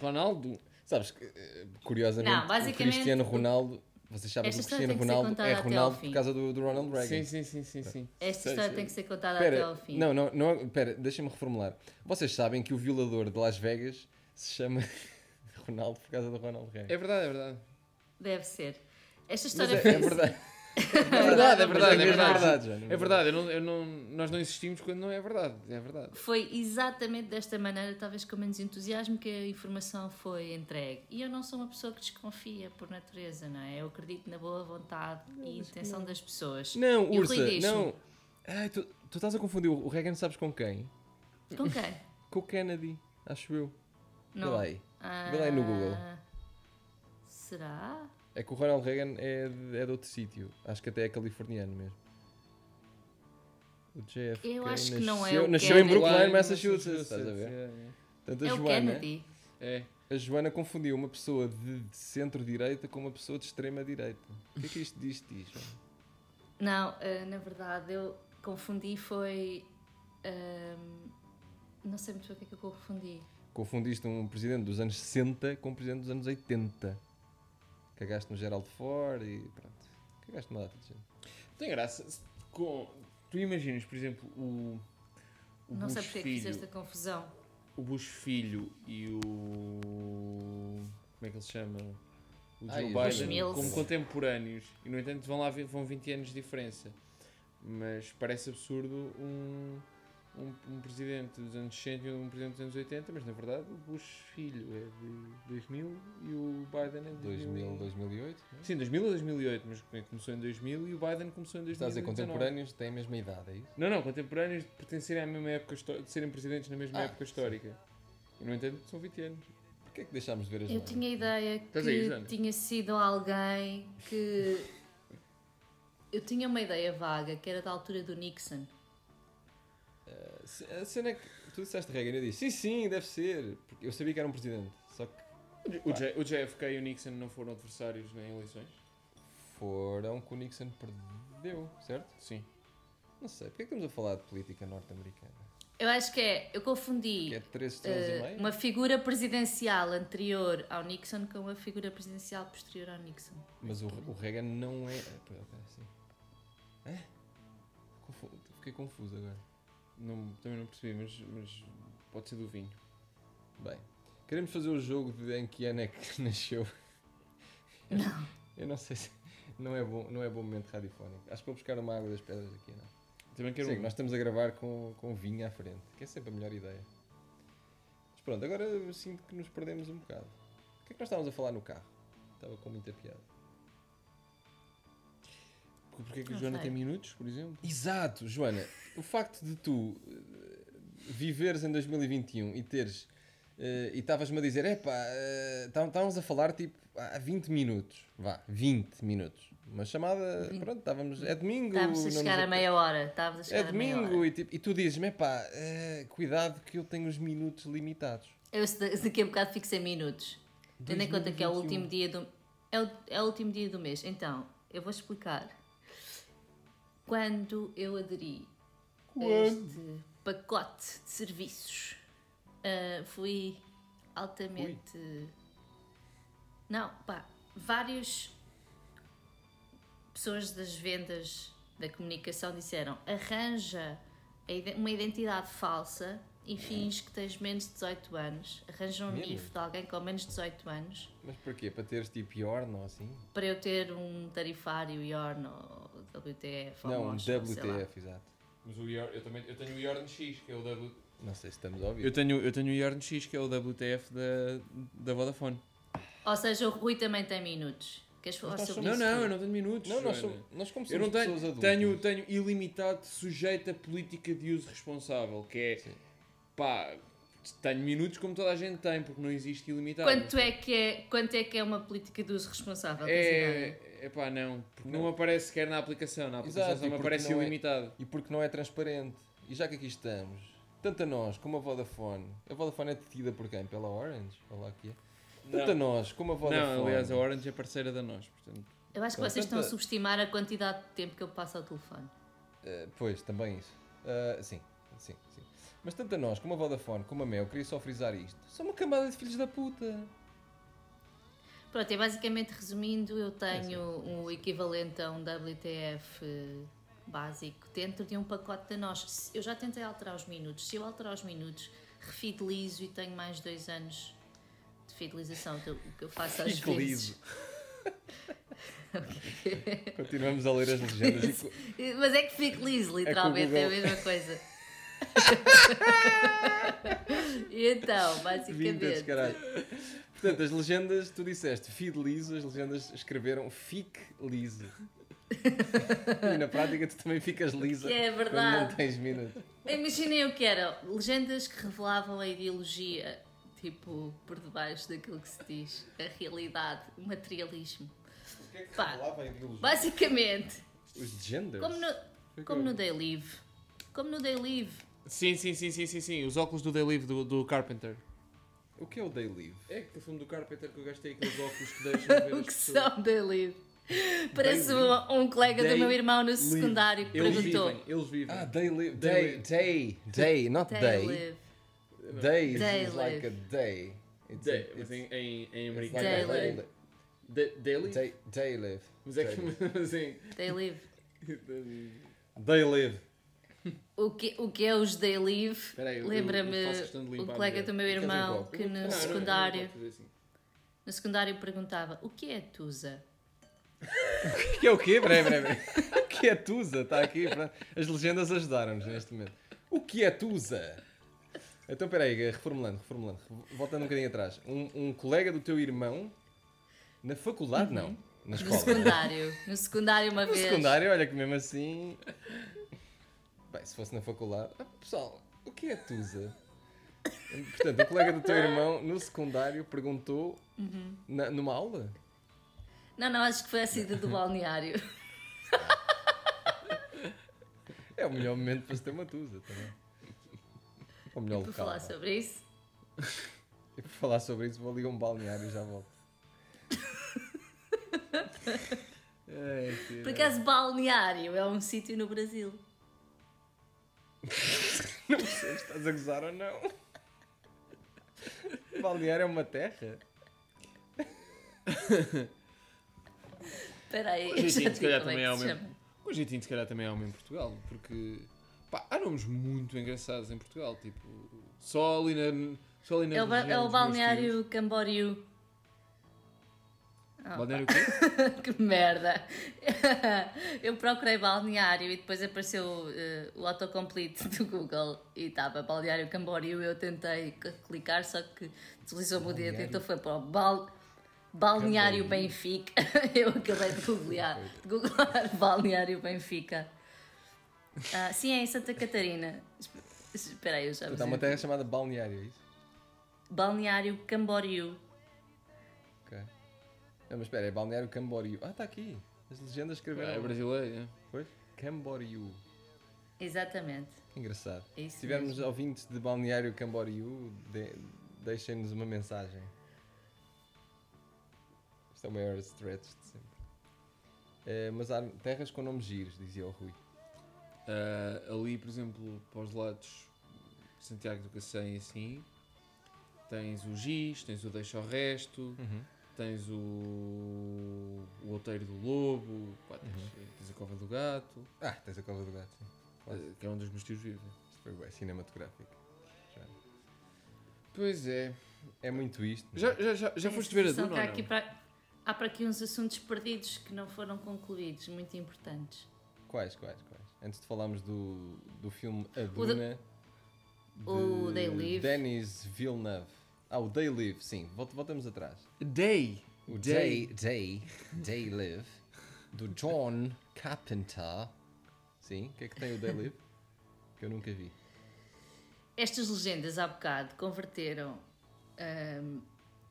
Speaker 3: Ronaldo.
Speaker 2: Sabes que, eh, curiosamente,
Speaker 4: Não, basicamente,
Speaker 2: o Cristiano
Speaker 4: o-
Speaker 2: Ronaldo. Vocês sabem que o
Speaker 4: Esta história
Speaker 2: Cristiano
Speaker 4: tem que ser
Speaker 2: Ronaldo
Speaker 4: contada
Speaker 2: é
Speaker 4: até ao
Speaker 2: Ronaldo
Speaker 4: fim.
Speaker 2: por causa do, do Ronald Reagan.
Speaker 3: Sim, sim, sim, sim, sim.
Speaker 4: Esta
Speaker 2: Sei,
Speaker 4: história
Speaker 2: sei.
Speaker 4: tem que ser contada até
Speaker 2: Espera,
Speaker 4: ao fim.
Speaker 2: não, não, não, espera, deixa-me reformular. Vocês sabem que o violador de Las Vegas se chama Ronaldo por causa do Ronald Reagan.
Speaker 3: É verdade, é verdade.
Speaker 4: Deve ser. Esta
Speaker 2: Mas
Speaker 4: história
Speaker 2: é,
Speaker 4: foi
Speaker 2: é verdade.
Speaker 3: É verdade, é verdade, é
Speaker 2: mesmo
Speaker 3: verdade.
Speaker 2: Joana,
Speaker 3: É verdade, eu não, eu não, nós não insistimos quando não é verdade. É verdade.
Speaker 4: Foi exatamente desta maneira, talvez com menos entusiasmo, que a informação foi entregue. E eu não sou uma pessoa que desconfia por natureza, não é? Eu acredito na boa vontade e intenção das pessoas.
Speaker 2: Não,
Speaker 4: E o Rui
Speaker 2: Ursa,
Speaker 4: diz-me.
Speaker 2: não. Ai, tu, tu estás a confundir. O Reagan sabes com quem?
Speaker 4: Com quem?
Speaker 2: Com o Kennedy, acho eu.
Speaker 4: Não.
Speaker 2: Vê lá aí.
Speaker 4: Ah,
Speaker 2: Vê lá aí no Google.
Speaker 4: Será?
Speaker 2: É que o Ronald Reagan é de, é de outro sítio. Acho que até é californiano mesmo. O JFK
Speaker 4: Eu acho que
Speaker 2: nasceu,
Speaker 4: não é o
Speaker 2: Nasceu em
Speaker 4: Kennedy.
Speaker 2: Brookline, Massachusetts. Estás a ver? Portanto, a
Speaker 4: é o
Speaker 2: Joana,
Speaker 4: Kennedy.
Speaker 3: É.
Speaker 2: a Joana confundiu uma pessoa de de centro-direita com uma pessoa de extrema-direita. O que é que isto diz, diz? Joana?
Speaker 4: Não, eh, na verdade eu confundi foi. ahm, não sei muito bem o que é que eu confundi.
Speaker 2: Confundiste um presidente dos anos 60 com um presidente dos anos 80. Cagaste no Gerald Ford e pronto. Cagaste uma data de gente.
Speaker 3: Tem graça. se- Com, tu imaginas, por exemplo, o. o
Speaker 4: não sei
Speaker 3: Bush
Speaker 4: porque é que
Speaker 3: filho,
Speaker 4: fizeste a confusão.
Speaker 3: O Bush filho e o. Como é que ele se chama? O
Speaker 2: Ah, e
Speaker 3: Joe
Speaker 2: o Bush
Speaker 3: Biden
Speaker 4: Mills.
Speaker 3: como contemporâneos. E no entanto vão lá vi- vão 20 anos de diferença. Mas parece absurdo um. Um, um presidente dos anos 60 e um presidente dos anos 80, mas na verdade o Bush filho é de 2000 e o Biden é de
Speaker 2: 2000, 2008. não é?
Speaker 3: Sim, 2000 ou 2008, mas começou em 2000 e o Biden começou em 2019.
Speaker 2: Estás a
Speaker 4: é?
Speaker 2: dizer contemporâneos, têm a mesma idade, é isso?
Speaker 3: Não, não, contemporâneos de pertencerem à mesma época histórica, de serem presidentes na mesma
Speaker 2: Ah,
Speaker 3: época histórica. E no entanto, são 20 anos.
Speaker 2: Porquê é que deixámos de ver as
Speaker 4: Eu tinha a ideia que
Speaker 3: Estás aí, Joana?
Speaker 4: tinha sido alguém que. Eu tinha uma ideia vaga que era da altura do Nixon.
Speaker 2: Se- A cena é que tu disseste Reagan, eu disse sim, sim, deve ser. Porque eu sabia que era um presidente, só que
Speaker 3: O, J- o JFK e o Nixon não foram adversários em eleições?
Speaker 2: foram que o Nixon perdeu, certo?
Speaker 3: Sim.
Speaker 2: Não sei, porque é que estamos a falar de política norte-americana?
Speaker 4: Eu acho que é. Eu confundi
Speaker 2: Que é 3 estrelas e
Speaker 4: eh,
Speaker 2: meia?
Speaker 4: uma figura presidencial anterior ao Nixon com uma figura presidencial posterior ao Nixon.
Speaker 2: Mas o, o Reagan não é. Ah, pois, ok, sim. Hã? Confu- Fiquei confuso agora.
Speaker 3: Não, também não percebi, mas, mas pode ser do vinho.
Speaker 2: Bem, queremos fazer o jogo de em que ano é que nasceu.
Speaker 4: Não.
Speaker 2: Eu não sei se. Não é bom, não é bom momento radiofónico. Acho que vou buscar uma água das pedras aqui, não.
Speaker 3: Também quero
Speaker 2: Sim,
Speaker 3: um.
Speaker 2: nós estamos a gravar com, com vinho à frente, que é sempre a melhor ideia. Mas pronto, agora eu sinto que nos perdemos um bocado. O que é que nós estávamos a falar no carro? Estava com muita piada.
Speaker 3: Porque, porque é que a
Speaker 4: Não
Speaker 3: Joana
Speaker 4: sei.
Speaker 3: tem minutos, por exemplo?
Speaker 2: Exato, Joana. O facto de tu eh, viveres em 2021 e teres. eh, e estavas-me a dizer, epá, eh, tá- estávamos a falar tipo há 20 minutos. Vá, 20 minutos. Uma chamada, pronto, estávamos. É domingo.
Speaker 4: Estávamos
Speaker 2: não
Speaker 4: a
Speaker 2: nos
Speaker 4: chegar a
Speaker 2: apetece.
Speaker 4: meia hora. Estávamos a
Speaker 2: É
Speaker 4: chegar a meia hora.
Speaker 2: domingo e, tipo, e tu dizes-me, pá, cuidado que eu tenho os minutos limitados.
Speaker 4: Eu se da- se daqui a bocado fico sem minutos. Tendo em conta que é o último
Speaker 2: um.
Speaker 4: dia do. É o, é o último dia do mês. Então, eu vou explicar. Quando eu aderi a
Speaker 2: Hum.
Speaker 4: este pacote de serviços, ah, fui altamente. Não, pá, vários pessoas das vendas da comunicação disseram arranja a ide- uma identidade falsa e fins que tens menos de 18 anos, arranja um
Speaker 2: Hum. Mesmo?
Speaker 4: NIF de alguém com menos de 18 anos
Speaker 2: Mas porquê? Para teres tipo Yorn ou assim?
Speaker 4: para eu ter um tarifário IORN ou WTF ou
Speaker 2: não, um
Speaker 4: Osho, sei lá.
Speaker 2: WTF, exato.
Speaker 3: Mas o IOR, eu, também, eu tenho o IORN X, que é o W.
Speaker 2: Não sei se estamos a ouvir.
Speaker 3: Eu tenho, eu tenho o IORN X, que é o WTF da, da Vodafone.
Speaker 4: Ou seja, o Rui também tem minutos. Queres falar
Speaker 2: nós
Speaker 4: Então sobre
Speaker 2: somos-
Speaker 3: Não, não,
Speaker 4: isso? Rui?
Speaker 3: eu tá não tenho minutos.
Speaker 2: Não, nós,
Speaker 3: Joana.
Speaker 2: somos, nós como
Speaker 3: Eu
Speaker 2: somos
Speaker 3: não tenho,
Speaker 2: pessoas adultas.
Speaker 3: tenho, tenho ilimitado sujeito a política de uso responsável, que é
Speaker 2: Sim.
Speaker 3: pá, tenho minutos como toda a gente tem, porque não existe ilimitado.
Speaker 4: Quanto é, que é, quanto é que é uma política de uso responsável? Casinano?
Speaker 3: é, é pá, não, porque não, aparece sequer na aplicação, na aplicação
Speaker 2: Exato,
Speaker 3: só
Speaker 2: e
Speaker 3: me
Speaker 2: porque
Speaker 3: aparece
Speaker 2: não é-
Speaker 3: ilimitado.
Speaker 2: E porque não é transparente. E já que aqui estamos, tanto a nós como a Vodafone, a Vodafone é detida por quem? Pela Orange? Olha lá que é. Tanto a
Speaker 3: Não,
Speaker 2: nós como a Vodafone.
Speaker 3: não, aliás, a Orange é parceira da nós, portanto.
Speaker 4: Eu acho que
Speaker 2: Pronto,
Speaker 4: vocês estão a
Speaker 2: tanta-
Speaker 4: subestimar a quantidade de tempo que eu passo ao telefone.
Speaker 2: Eh, pois, também isso. Ah, sim, sim, sim. Mas tanto a nós, como a Vodafone, como a Mel, queria só frisar isto. São uma camada de filhos da puta.
Speaker 4: Pronto, e basicamente resumindo, eu tenho um equivalente a um WTF eh, básico dentro de um pacote da nós. Se- Eu já tentei alterar os minutos. Se eu alterar os minutos, refidelizo e tenho mais dois anos de fidelização, então, o que eu faço às vezes.
Speaker 2: Continuamos a ler as legendas e co-
Speaker 4: Mas é que fico liso, literalmente, é, a
Speaker 2: Google.
Speaker 4: mesma coisa. e então,
Speaker 2: vindas,
Speaker 4: basicamente.
Speaker 2: caralho. Portanto, as legendas, tu disseste feed liso, as legendas escreveram fique liso. e na prática tu também ficas lisa.
Speaker 4: Que é
Speaker 2: quando
Speaker 4: verdade.
Speaker 2: Não tens minutos.
Speaker 4: Imaginem o que era. Legendas que revelavam a ideologia, tipo, por debaixo daquilo que se diz, a realidade, o materialismo.
Speaker 2: O que é que
Speaker 4: Pá.
Speaker 2: revelava a ideologia?
Speaker 4: Basicamente,
Speaker 2: Os genders?
Speaker 4: como no, como no Day Live. Como no Day Live.
Speaker 5: Sim, sim, sim, sim, sim, sim. Os óculos do Day Live do, do Carpenter.
Speaker 2: O que é o day leave?
Speaker 3: É que o filme do Carpenter que eu gastei aqueles óculos que deixam ver
Speaker 4: O
Speaker 3: as
Speaker 4: que
Speaker 3: pessoas.
Speaker 4: são Day Live? Parece
Speaker 3: Live.
Speaker 4: um, um colega do
Speaker 3: Day
Speaker 4: meu irmão no
Speaker 3: Live.
Speaker 4: secundário que
Speaker 3: Eles
Speaker 4: perguntou.
Speaker 3: vivem, eles vivem.
Speaker 2: Ah, day live.
Speaker 3: Day
Speaker 2: Day, day, day, not
Speaker 4: Day
Speaker 2: day.
Speaker 4: Live.
Speaker 2: Day is
Speaker 4: Day
Speaker 2: is like a
Speaker 4: live.
Speaker 2: day. It's a-
Speaker 3: Day, mas
Speaker 2: it's-
Speaker 3: em, em, em
Speaker 2: it's
Speaker 3: americano.
Speaker 2: like a
Speaker 4: Day
Speaker 2: day
Speaker 4: live.
Speaker 2: li-
Speaker 3: Da- Daily?
Speaker 2: Day, day live.
Speaker 3: Mas é que
Speaker 2: Day live.
Speaker 3: mas em-
Speaker 4: Day Live.
Speaker 2: Day live.
Speaker 4: O que, o que é os Day Live?
Speaker 3: Espera aí, eu- eu-
Speaker 4: Lembra-me
Speaker 3: eu faço questão de
Speaker 4: o
Speaker 3: limpar a
Speaker 4: colega
Speaker 3: mulher.
Speaker 4: do meu
Speaker 2: Queres
Speaker 4: irmão
Speaker 2: limpar?
Speaker 4: que
Speaker 2: Eu não-
Speaker 4: no
Speaker 2: não, eu não- eu não
Speaker 4: secundário.
Speaker 3: posso fazer assim.
Speaker 4: No secundário perguntava o que é Tusa?
Speaker 2: O que é o quê? Peraí, peraí, peraí. O que é Tusa? Está aqui. pronto. As legendas ajudaram-nos neste momento. O que é Tusa? Então, peraí, reformulando, reformulando. Voltando um bocadinho atrás. Um, um colega do teu irmão, na faculdade, não. Na
Speaker 4: No
Speaker 2: escola. não é?
Speaker 4: secundário. No secundário uma
Speaker 2: No
Speaker 4: vez.
Speaker 2: secundário, olha que mesmo assim. Bem, se fosse na faculdade. Ah, pessoal, o que é Tusa? Portanto, um colega do teu irmão no secundário perguntou
Speaker 4: Uhum.
Speaker 2: na- numa aula.
Speaker 4: Não, não, acho que foi a saída do balneário.
Speaker 2: É o melhor momento para se ter uma Tusa também. Ou melhor
Speaker 4: Vou
Speaker 2: local.
Speaker 4: falar
Speaker 2: vá.
Speaker 4: sobre isso.
Speaker 2: E por falar sobre isso, vou ali a um balneário e já volto.
Speaker 3: Ai, filho.
Speaker 4: Por acaso, balneário é um sítio no Brasil.
Speaker 2: Não sei se estás a gozar ou não. Balneário é uma terra?
Speaker 4: Espera aí.
Speaker 3: Pois,
Speaker 4: já
Speaker 3: sim, se
Speaker 4: digo
Speaker 3: calhar
Speaker 4: como que
Speaker 3: também é o
Speaker 4: se
Speaker 3: mesmo.
Speaker 4: chama.
Speaker 3: Com jeitinho, se calhar, também há uma em Portugal, porque pá, há nomes muito engraçados em Portugal, tipo, só ali na. Só ali na
Speaker 4: É o, ba-
Speaker 3: região
Speaker 4: é o
Speaker 3: dos meus tios.
Speaker 4: balneário Camboriú. Ah,
Speaker 3: Balneário o quê?
Speaker 4: que merda! Eu procurei balneário e depois apareceu eh, o autocomplete do Google e estava balneário Camboriú. Eu tentei c- clicar, só que deslizou-me o dedo, então foi para o bal- balneário Benfica. Eu acabei de googlear, de googlear balneário Benfica. Ah, sim, é em Santa Catarina. Espe- Espera aí, eu já
Speaker 2: Portanto,
Speaker 4: vos
Speaker 2: Então, há uma
Speaker 4: digo.
Speaker 2: terra chamada Balneário, é isso?
Speaker 4: Balneário Camboriú.
Speaker 2: Ok. Não, mas espera, é Balneário Camboriú. Ah, está aqui. As legendas escreveram.
Speaker 3: É brasileiro, é.
Speaker 2: Pois? Camboriú.
Speaker 4: Exatamente.
Speaker 2: Que engraçado.
Speaker 4: É isso
Speaker 2: Se tivermos ouvintes de Balneário Camboriú, de- deixem-nos uma mensagem. Este é o maior stretch de sempre. Eh, mas há terras com nomes giros, dizia o Rui.
Speaker 3: Ah, ali, por exemplo, para os lados de Santiago do Cacém, assim, tens o Giz, tens o Deixa o Resto, tens o, o Outeiro do Lobo, pá, tens,
Speaker 4: Uhum.
Speaker 3: tens a Cova do Gato,
Speaker 2: Ah, tens a Cova do Gato, sim. Quase.
Speaker 3: eh, que é onde os meus tios vivem.
Speaker 2: Isto foi bué cinematográfico.
Speaker 3: Pois é.
Speaker 2: É muito isto. não é?
Speaker 3: Já, já, já, já
Speaker 4: Tem
Speaker 3: foste
Speaker 4: a
Speaker 3: ver a
Speaker 4: sensação
Speaker 3: Duna ou não?
Speaker 4: que há, tá aqui pra- há para aqui uns assuntos perdidos que não foram concluídos, muito importantes.
Speaker 2: Quais, quais, quais? Antes de falarmos do, do filme A
Speaker 4: O
Speaker 2: Duna.
Speaker 4: o
Speaker 2: de
Speaker 4: They Live.
Speaker 2: Denis Villeneuve. Ah, o They Live, sim. Vol- Voltamos atrás.
Speaker 3: Day!
Speaker 2: O Day, Day, Day Live, do John Carpenter. Sim, o que é que tem o Day Live? Que eu nunca vi.
Speaker 4: Estas legendas, há bocado, converteram ahm,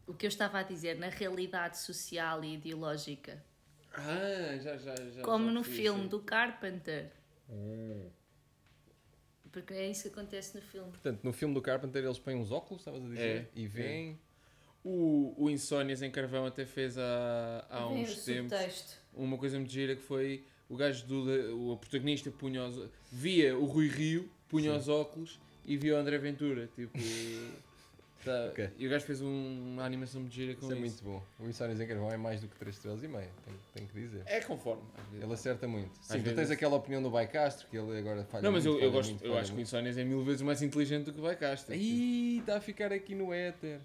Speaker 4: o que eu estava a dizer na realidade social e ideológica.
Speaker 3: Ah, já, já, já.
Speaker 4: como
Speaker 3: já
Speaker 4: no
Speaker 3: fui,
Speaker 4: filme
Speaker 3: sim. Hum.
Speaker 4: do Carpenter. Porque é isso que acontece no filme.
Speaker 2: Portanto, no filme do Carpenter eles põem uns óculos, estavas a dizer,
Speaker 3: É,
Speaker 2: e veem.
Speaker 3: O, o Insónias em Carvão até fez há, há
Speaker 4: Vem
Speaker 3: uns
Speaker 4: o
Speaker 3: tempos
Speaker 4: subtexto.
Speaker 3: uma coisa muito gira que foi o gajo do. O protagonista punha os, via o Rui Rio, punha os óculos e via o André Ventura. Tipo. tá-
Speaker 2: Ok.
Speaker 3: E o gajo fez um- uma animação muito gira com
Speaker 2: Isso
Speaker 3: isso.
Speaker 2: é muito bom. O Insónios em Carvão é mais do que 3 estrelas e meia, tenho, tenho que dizer.
Speaker 3: É conforme. às vezes.
Speaker 2: Ele acerta muito. Sim, tu
Speaker 3: vezes-
Speaker 2: tens aquela opinião do Baicastro, que ele agora falha
Speaker 3: Não, mas
Speaker 2: muito,
Speaker 3: eu, eu
Speaker 2: falha
Speaker 3: gosto.
Speaker 2: muito,
Speaker 3: eu
Speaker 2: falha
Speaker 3: acho que o
Speaker 2: muito.
Speaker 3: Insónias é mil vezes mais inteligente do que o Baicasta.
Speaker 2: Ih, está a ficar aqui no éter.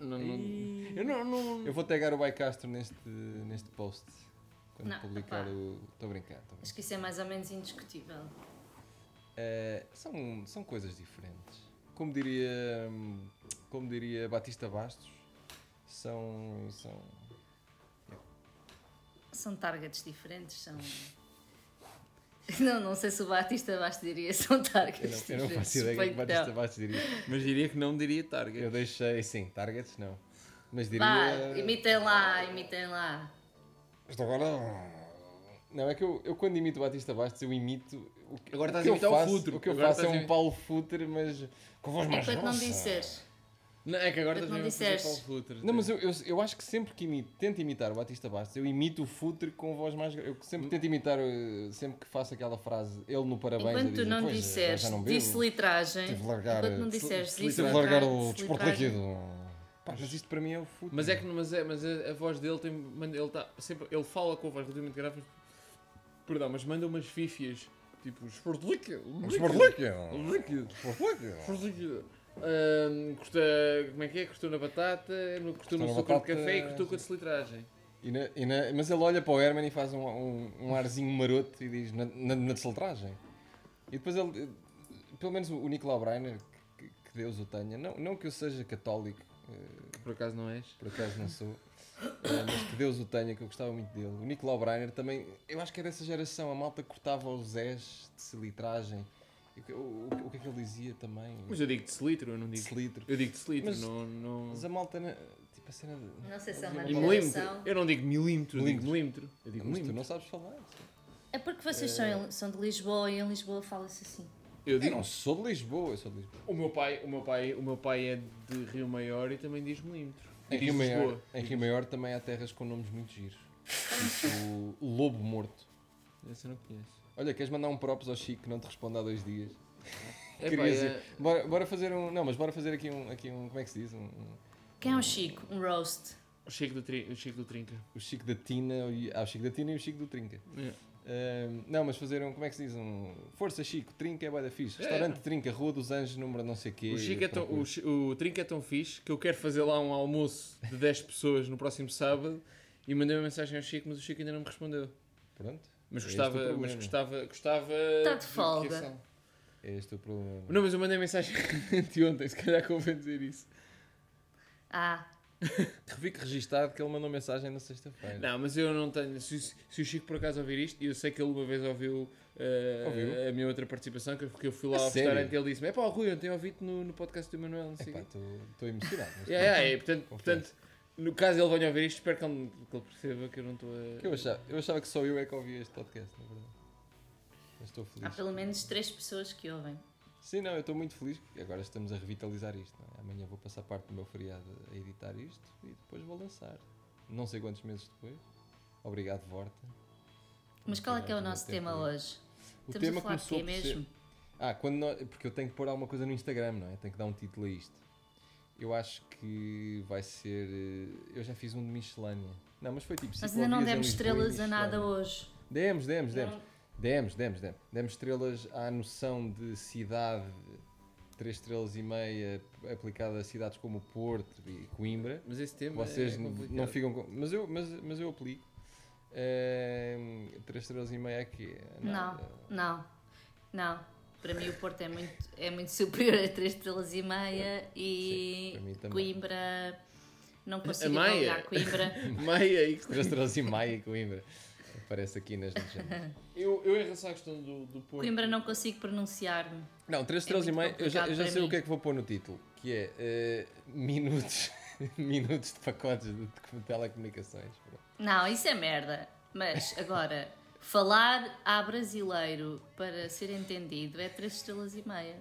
Speaker 3: Não, não, não-
Speaker 2: Ih.
Speaker 3: eu não, não-
Speaker 2: Eu vou tagar o Baicastro neste, neste post. quando
Speaker 4: Não,
Speaker 2: publicar
Speaker 4: opá.
Speaker 2: o. Estou a brincar, estou a brincar.
Speaker 4: Acho que isso é mais ou menos indiscutível.
Speaker 2: Eh, são, são coisas diferentes. Como diria, hum, como diria Batista Bastos, são. são
Speaker 4: São targets diferentes, são. Não, não sei se o Batista Basto diria são
Speaker 2: eu, não,
Speaker 4: targets
Speaker 2: eu não
Speaker 4: diferentes.
Speaker 2: faço ideia o que é que
Speaker 4: suponho
Speaker 2: Batista
Speaker 4: não.
Speaker 2: Bastos diria.
Speaker 3: Mas diria que não diria target.
Speaker 2: Eu deixei, sim, targets não. Mas diria.
Speaker 4: Vá, imitem lá, imitem lá.
Speaker 2: Isto agora. Não, é que eu, eu quando imito o Batista Bastos, eu imito. O que,
Speaker 3: Agora
Speaker 2: o
Speaker 3: estás
Speaker 2: que
Speaker 3: a
Speaker 2: eu
Speaker 3: imitar o
Speaker 2: faço-
Speaker 3: Futre.
Speaker 2: O que eu
Speaker 3: Agora
Speaker 2: faço é
Speaker 3: estás a
Speaker 2: um
Speaker 3: imi-
Speaker 2: Paulo Futre, mas com voz mais
Speaker 4: Enquanto não
Speaker 2: grossa.
Speaker 4: disseres.
Speaker 3: Não, é que agora
Speaker 4: Eu
Speaker 3: estás
Speaker 4: não
Speaker 3: mesmo a fazer
Speaker 4: disseste.
Speaker 3: Paulo Futre.
Speaker 2: Não, mas eu, eu, eu acho que sempre que imito, tento imitar o Batista Bastos, eu imito o Futre com voz mais. gro- Eu sempre tento imitar, eh, sempre que faço aquela frase, ele no parabéns. a
Speaker 4: Enquanto tu
Speaker 2: dizer,
Speaker 4: não
Speaker 2: "Pois, eh,
Speaker 4: disseres
Speaker 2: já não bebo."
Speaker 4: disselitragem,
Speaker 2: Tive de largar,
Speaker 4: enquanto não
Speaker 2: eh,
Speaker 4: disseres
Speaker 2: Tive de largar o desporto daqui
Speaker 4: disselitragem,
Speaker 2: do. Pá, mas isto para mim é o Futre.
Speaker 3: Mas é que mas é, mas a, a voz dele tem. manda- Ele, tá sempre, ele fala com a voz relativamente grave, mas. Perdão, mas manda umas fifias. Tipo, Sportlica.
Speaker 2: É O desporto daqui, o
Speaker 3: Líquido.
Speaker 2: desporto daqui.
Speaker 3: Líquido. Ahm, custa. Como é que é? Custou na batata, no- custou no
Speaker 2: na
Speaker 3: açúcar de
Speaker 2: batata,
Speaker 3: café e custou com a deslitragem.
Speaker 2: E na- e na- mas ele olha para o Herman e faz um, um, um arzinho maroto e diz na, na, na desletragem. E depois ele, eh, pelo menos o Nicolau Breiner, que, que Deus o tenha, não, não que eu seja católico, eh,
Speaker 3: Por acaso não és?
Speaker 2: por acaso não sou, eh, mas que Deus o tenha, que eu gostava muito dele. O Nicolau Breiner também, eu acho que é dessa geração, a malta cortava os Zés de silitragem. E o que- O, o, o que é que ele dizia também?
Speaker 3: Mas eu digo deslitro, eu não digo.
Speaker 2: Deslitro.
Speaker 3: Eu digo deslitro,
Speaker 2: Mas-
Speaker 3: não. não...
Speaker 2: Mas a malta, na- tipo a cena de.
Speaker 4: Não sei se é
Speaker 2: E
Speaker 4: uma
Speaker 3: E milímetro?
Speaker 4: geração.
Speaker 3: Eu não digo milímetro, eu digo milímetro. Eu digo
Speaker 2: Mas tu
Speaker 3: milímetro.
Speaker 2: não sabes falar.
Speaker 4: É porque vocês são, em- são de Lisboa e em Lisboa fala-se assim.
Speaker 3: Eu
Speaker 2: Eu
Speaker 3: digo.
Speaker 2: não sou de Lisboa, eu sou de Lisboa.
Speaker 3: O meu pai, o meu pai, o meu pai é de Rio Maior e também diz milímetro. E
Speaker 2: Em
Speaker 3: diz
Speaker 2: Rio, Maior,
Speaker 3: Lisboa.
Speaker 2: em Rio Maior também há terras com nomes muito giros. Tipo Lobo Morto.
Speaker 3: Essa eu não conheço.
Speaker 2: Olha, queres mandar um props ao Chico que não te responde há dois dias?
Speaker 3: É,
Speaker 2: Queria
Speaker 3: pá, é-
Speaker 2: dizer- Bora, bora fazer um. Não, mas bora fazer aqui um. Aqui um como é que se diz? Um, um-
Speaker 4: Quem é um Chico? Um roast.
Speaker 3: o, Chico do Tri- o Chico do Trinca.
Speaker 2: o Chico da Tina. e- Há o Chico da Tina e o Chico do Trinca.
Speaker 3: É.
Speaker 2: Ahm, não, mas fazer um. Como é que se diz? Um. Força Chico, Trinca é da fixe. Restaurante Trinca, Rua dos Anjos, número não sei quê.
Speaker 3: O, Chico é tão- o, Chi- o Trinca é tão fixe que eu quero fazer lá um almoço de 10 pessoas no próximo sábado e mandei uma mensagem ao Chico, mas o Chico ainda não me respondeu.
Speaker 2: Pronto.
Speaker 3: Mas
Speaker 2: É este o
Speaker 3: gostava,
Speaker 2: problema.
Speaker 3: mas gostava, gostava.
Speaker 4: Está Tá de folga.
Speaker 3: reação.
Speaker 2: É este o problema.
Speaker 3: Não, mas eu mandei mensagem anteontem, se calhar convém dizer isso.
Speaker 4: Ah,
Speaker 2: Fico registado que ele mandou mensagem na sexta-feira.
Speaker 3: Não, mas eu não tenho. Se, se o Chico por acaso ouvir isto, e eu sei que ele uma vez ouviu, eh,
Speaker 2: Ouviu?
Speaker 3: a minha outra participação, que eu- que eu fui lá
Speaker 2: A
Speaker 3: ao
Speaker 2: sério?
Speaker 3: restaurante e ele disse-me: É pá, Rui, ontem ouvi-te no, no podcast do Manuel, não sei o quê.
Speaker 2: Estou emocionado. mas
Speaker 3: Yeah, yeah, e portanto,
Speaker 2: Confiança.
Speaker 3: portanto, no caso ele venha ouvir isto, espero que ele, que ele perceba que eu não estou a.
Speaker 2: Que Eu achava, eu achava que só eu é que ouvia este podcast, na verdade. Mas estou
Speaker 4: há
Speaker 2: feliz.
Speaker 4: pelo menos três pessoas que ouvem.
Speaker 2: Sim, não, eu estou muito feliz. que Agora estamos a revitalizar isto. Não é? Amanhã vou passar parte do meu feriado a editar isto e depois vou lançar. Não sei quantos meses depois. Obrigado, Vorta.
Speaker 4: Mas qual é que é o nosso tema hoje?
Speaker 2: O
Speaker 4: Estamos
Speaker 2: tema
Speaker 4: a falar de
Speaker 2: começou
Speaker 4: quê
Speaker 2: por ser-
Speaker 4: mesmo?
Speaker 2: Ah, quando nós- porque eu tenho que pôr alguma coisa no Instagram, não é? Tenho que dar um título a isto. Eu acho que vai ser. eh, Eu já fiz um de Michelânia. Não, mas foi tipo.
Speaker 4: Nós ainda não
Speaker 2: ciclovias em
Speaker 4: demos
Speaker 2: Lisboa e
Speaker 4: estrelas a nada
Speaker 2: Michelânia.
Speaker 4: hoje.
Speaker 2: Demos, demos, demos.
Speaker 4: Não-
Speaker 2: Demos, demos, demos. Demos estrelas à noção de cidade, 3 estrelas e meia, aplicada a cidades como Porto e Coimbra.
Speaker 3: Mas esse tema.
Speaker 2: Vocês
Speaker 3: é
Speaker 2: n-
Speaker 3: complicado.
Speaker 2: não ficam com. Mas eu, mas, mas eu aplico. 3 estrelas e meia aqui.
Speaker 4: Não, não, não. Para mim o Porto é muito, é muito superior a 3 estrelas e meia
Speaker 2: É. Sim, para
Speaker 4: e
Speaker 2: mim também.
Speaker 4: Coimbra não consigo
Speaker 3: Maia?
Speaker 4: avaliar Coimbra.
Speaker 3: Meia aí.
Speaker 2: 3 estrelas e meia e Coimbra. Aparece aqui nas legendas.
Speaker 3: Eu, eu em relação à questão do, do Porto.
Speaker 4: Coimbra não consigo pronunciar-me.
Speaker 2: Não, 3 estrelas e
Speaker 4: É muito
Speaker 2: meia. Eu já, eu já
Speaker 4: complicado
Speaker 2: sei
Speaker 4: para
Speaker 2: o que
Speaker 4: mim.
Speaker 2: é que vou pôr no título. Que é eh, minutos, minutos de pacotes de de telecomunicações. Pronto.
Speaker 4: Não, isso é merda. Mas agora, falar a brasileiro para ser entendido é 3 estrelas e meia.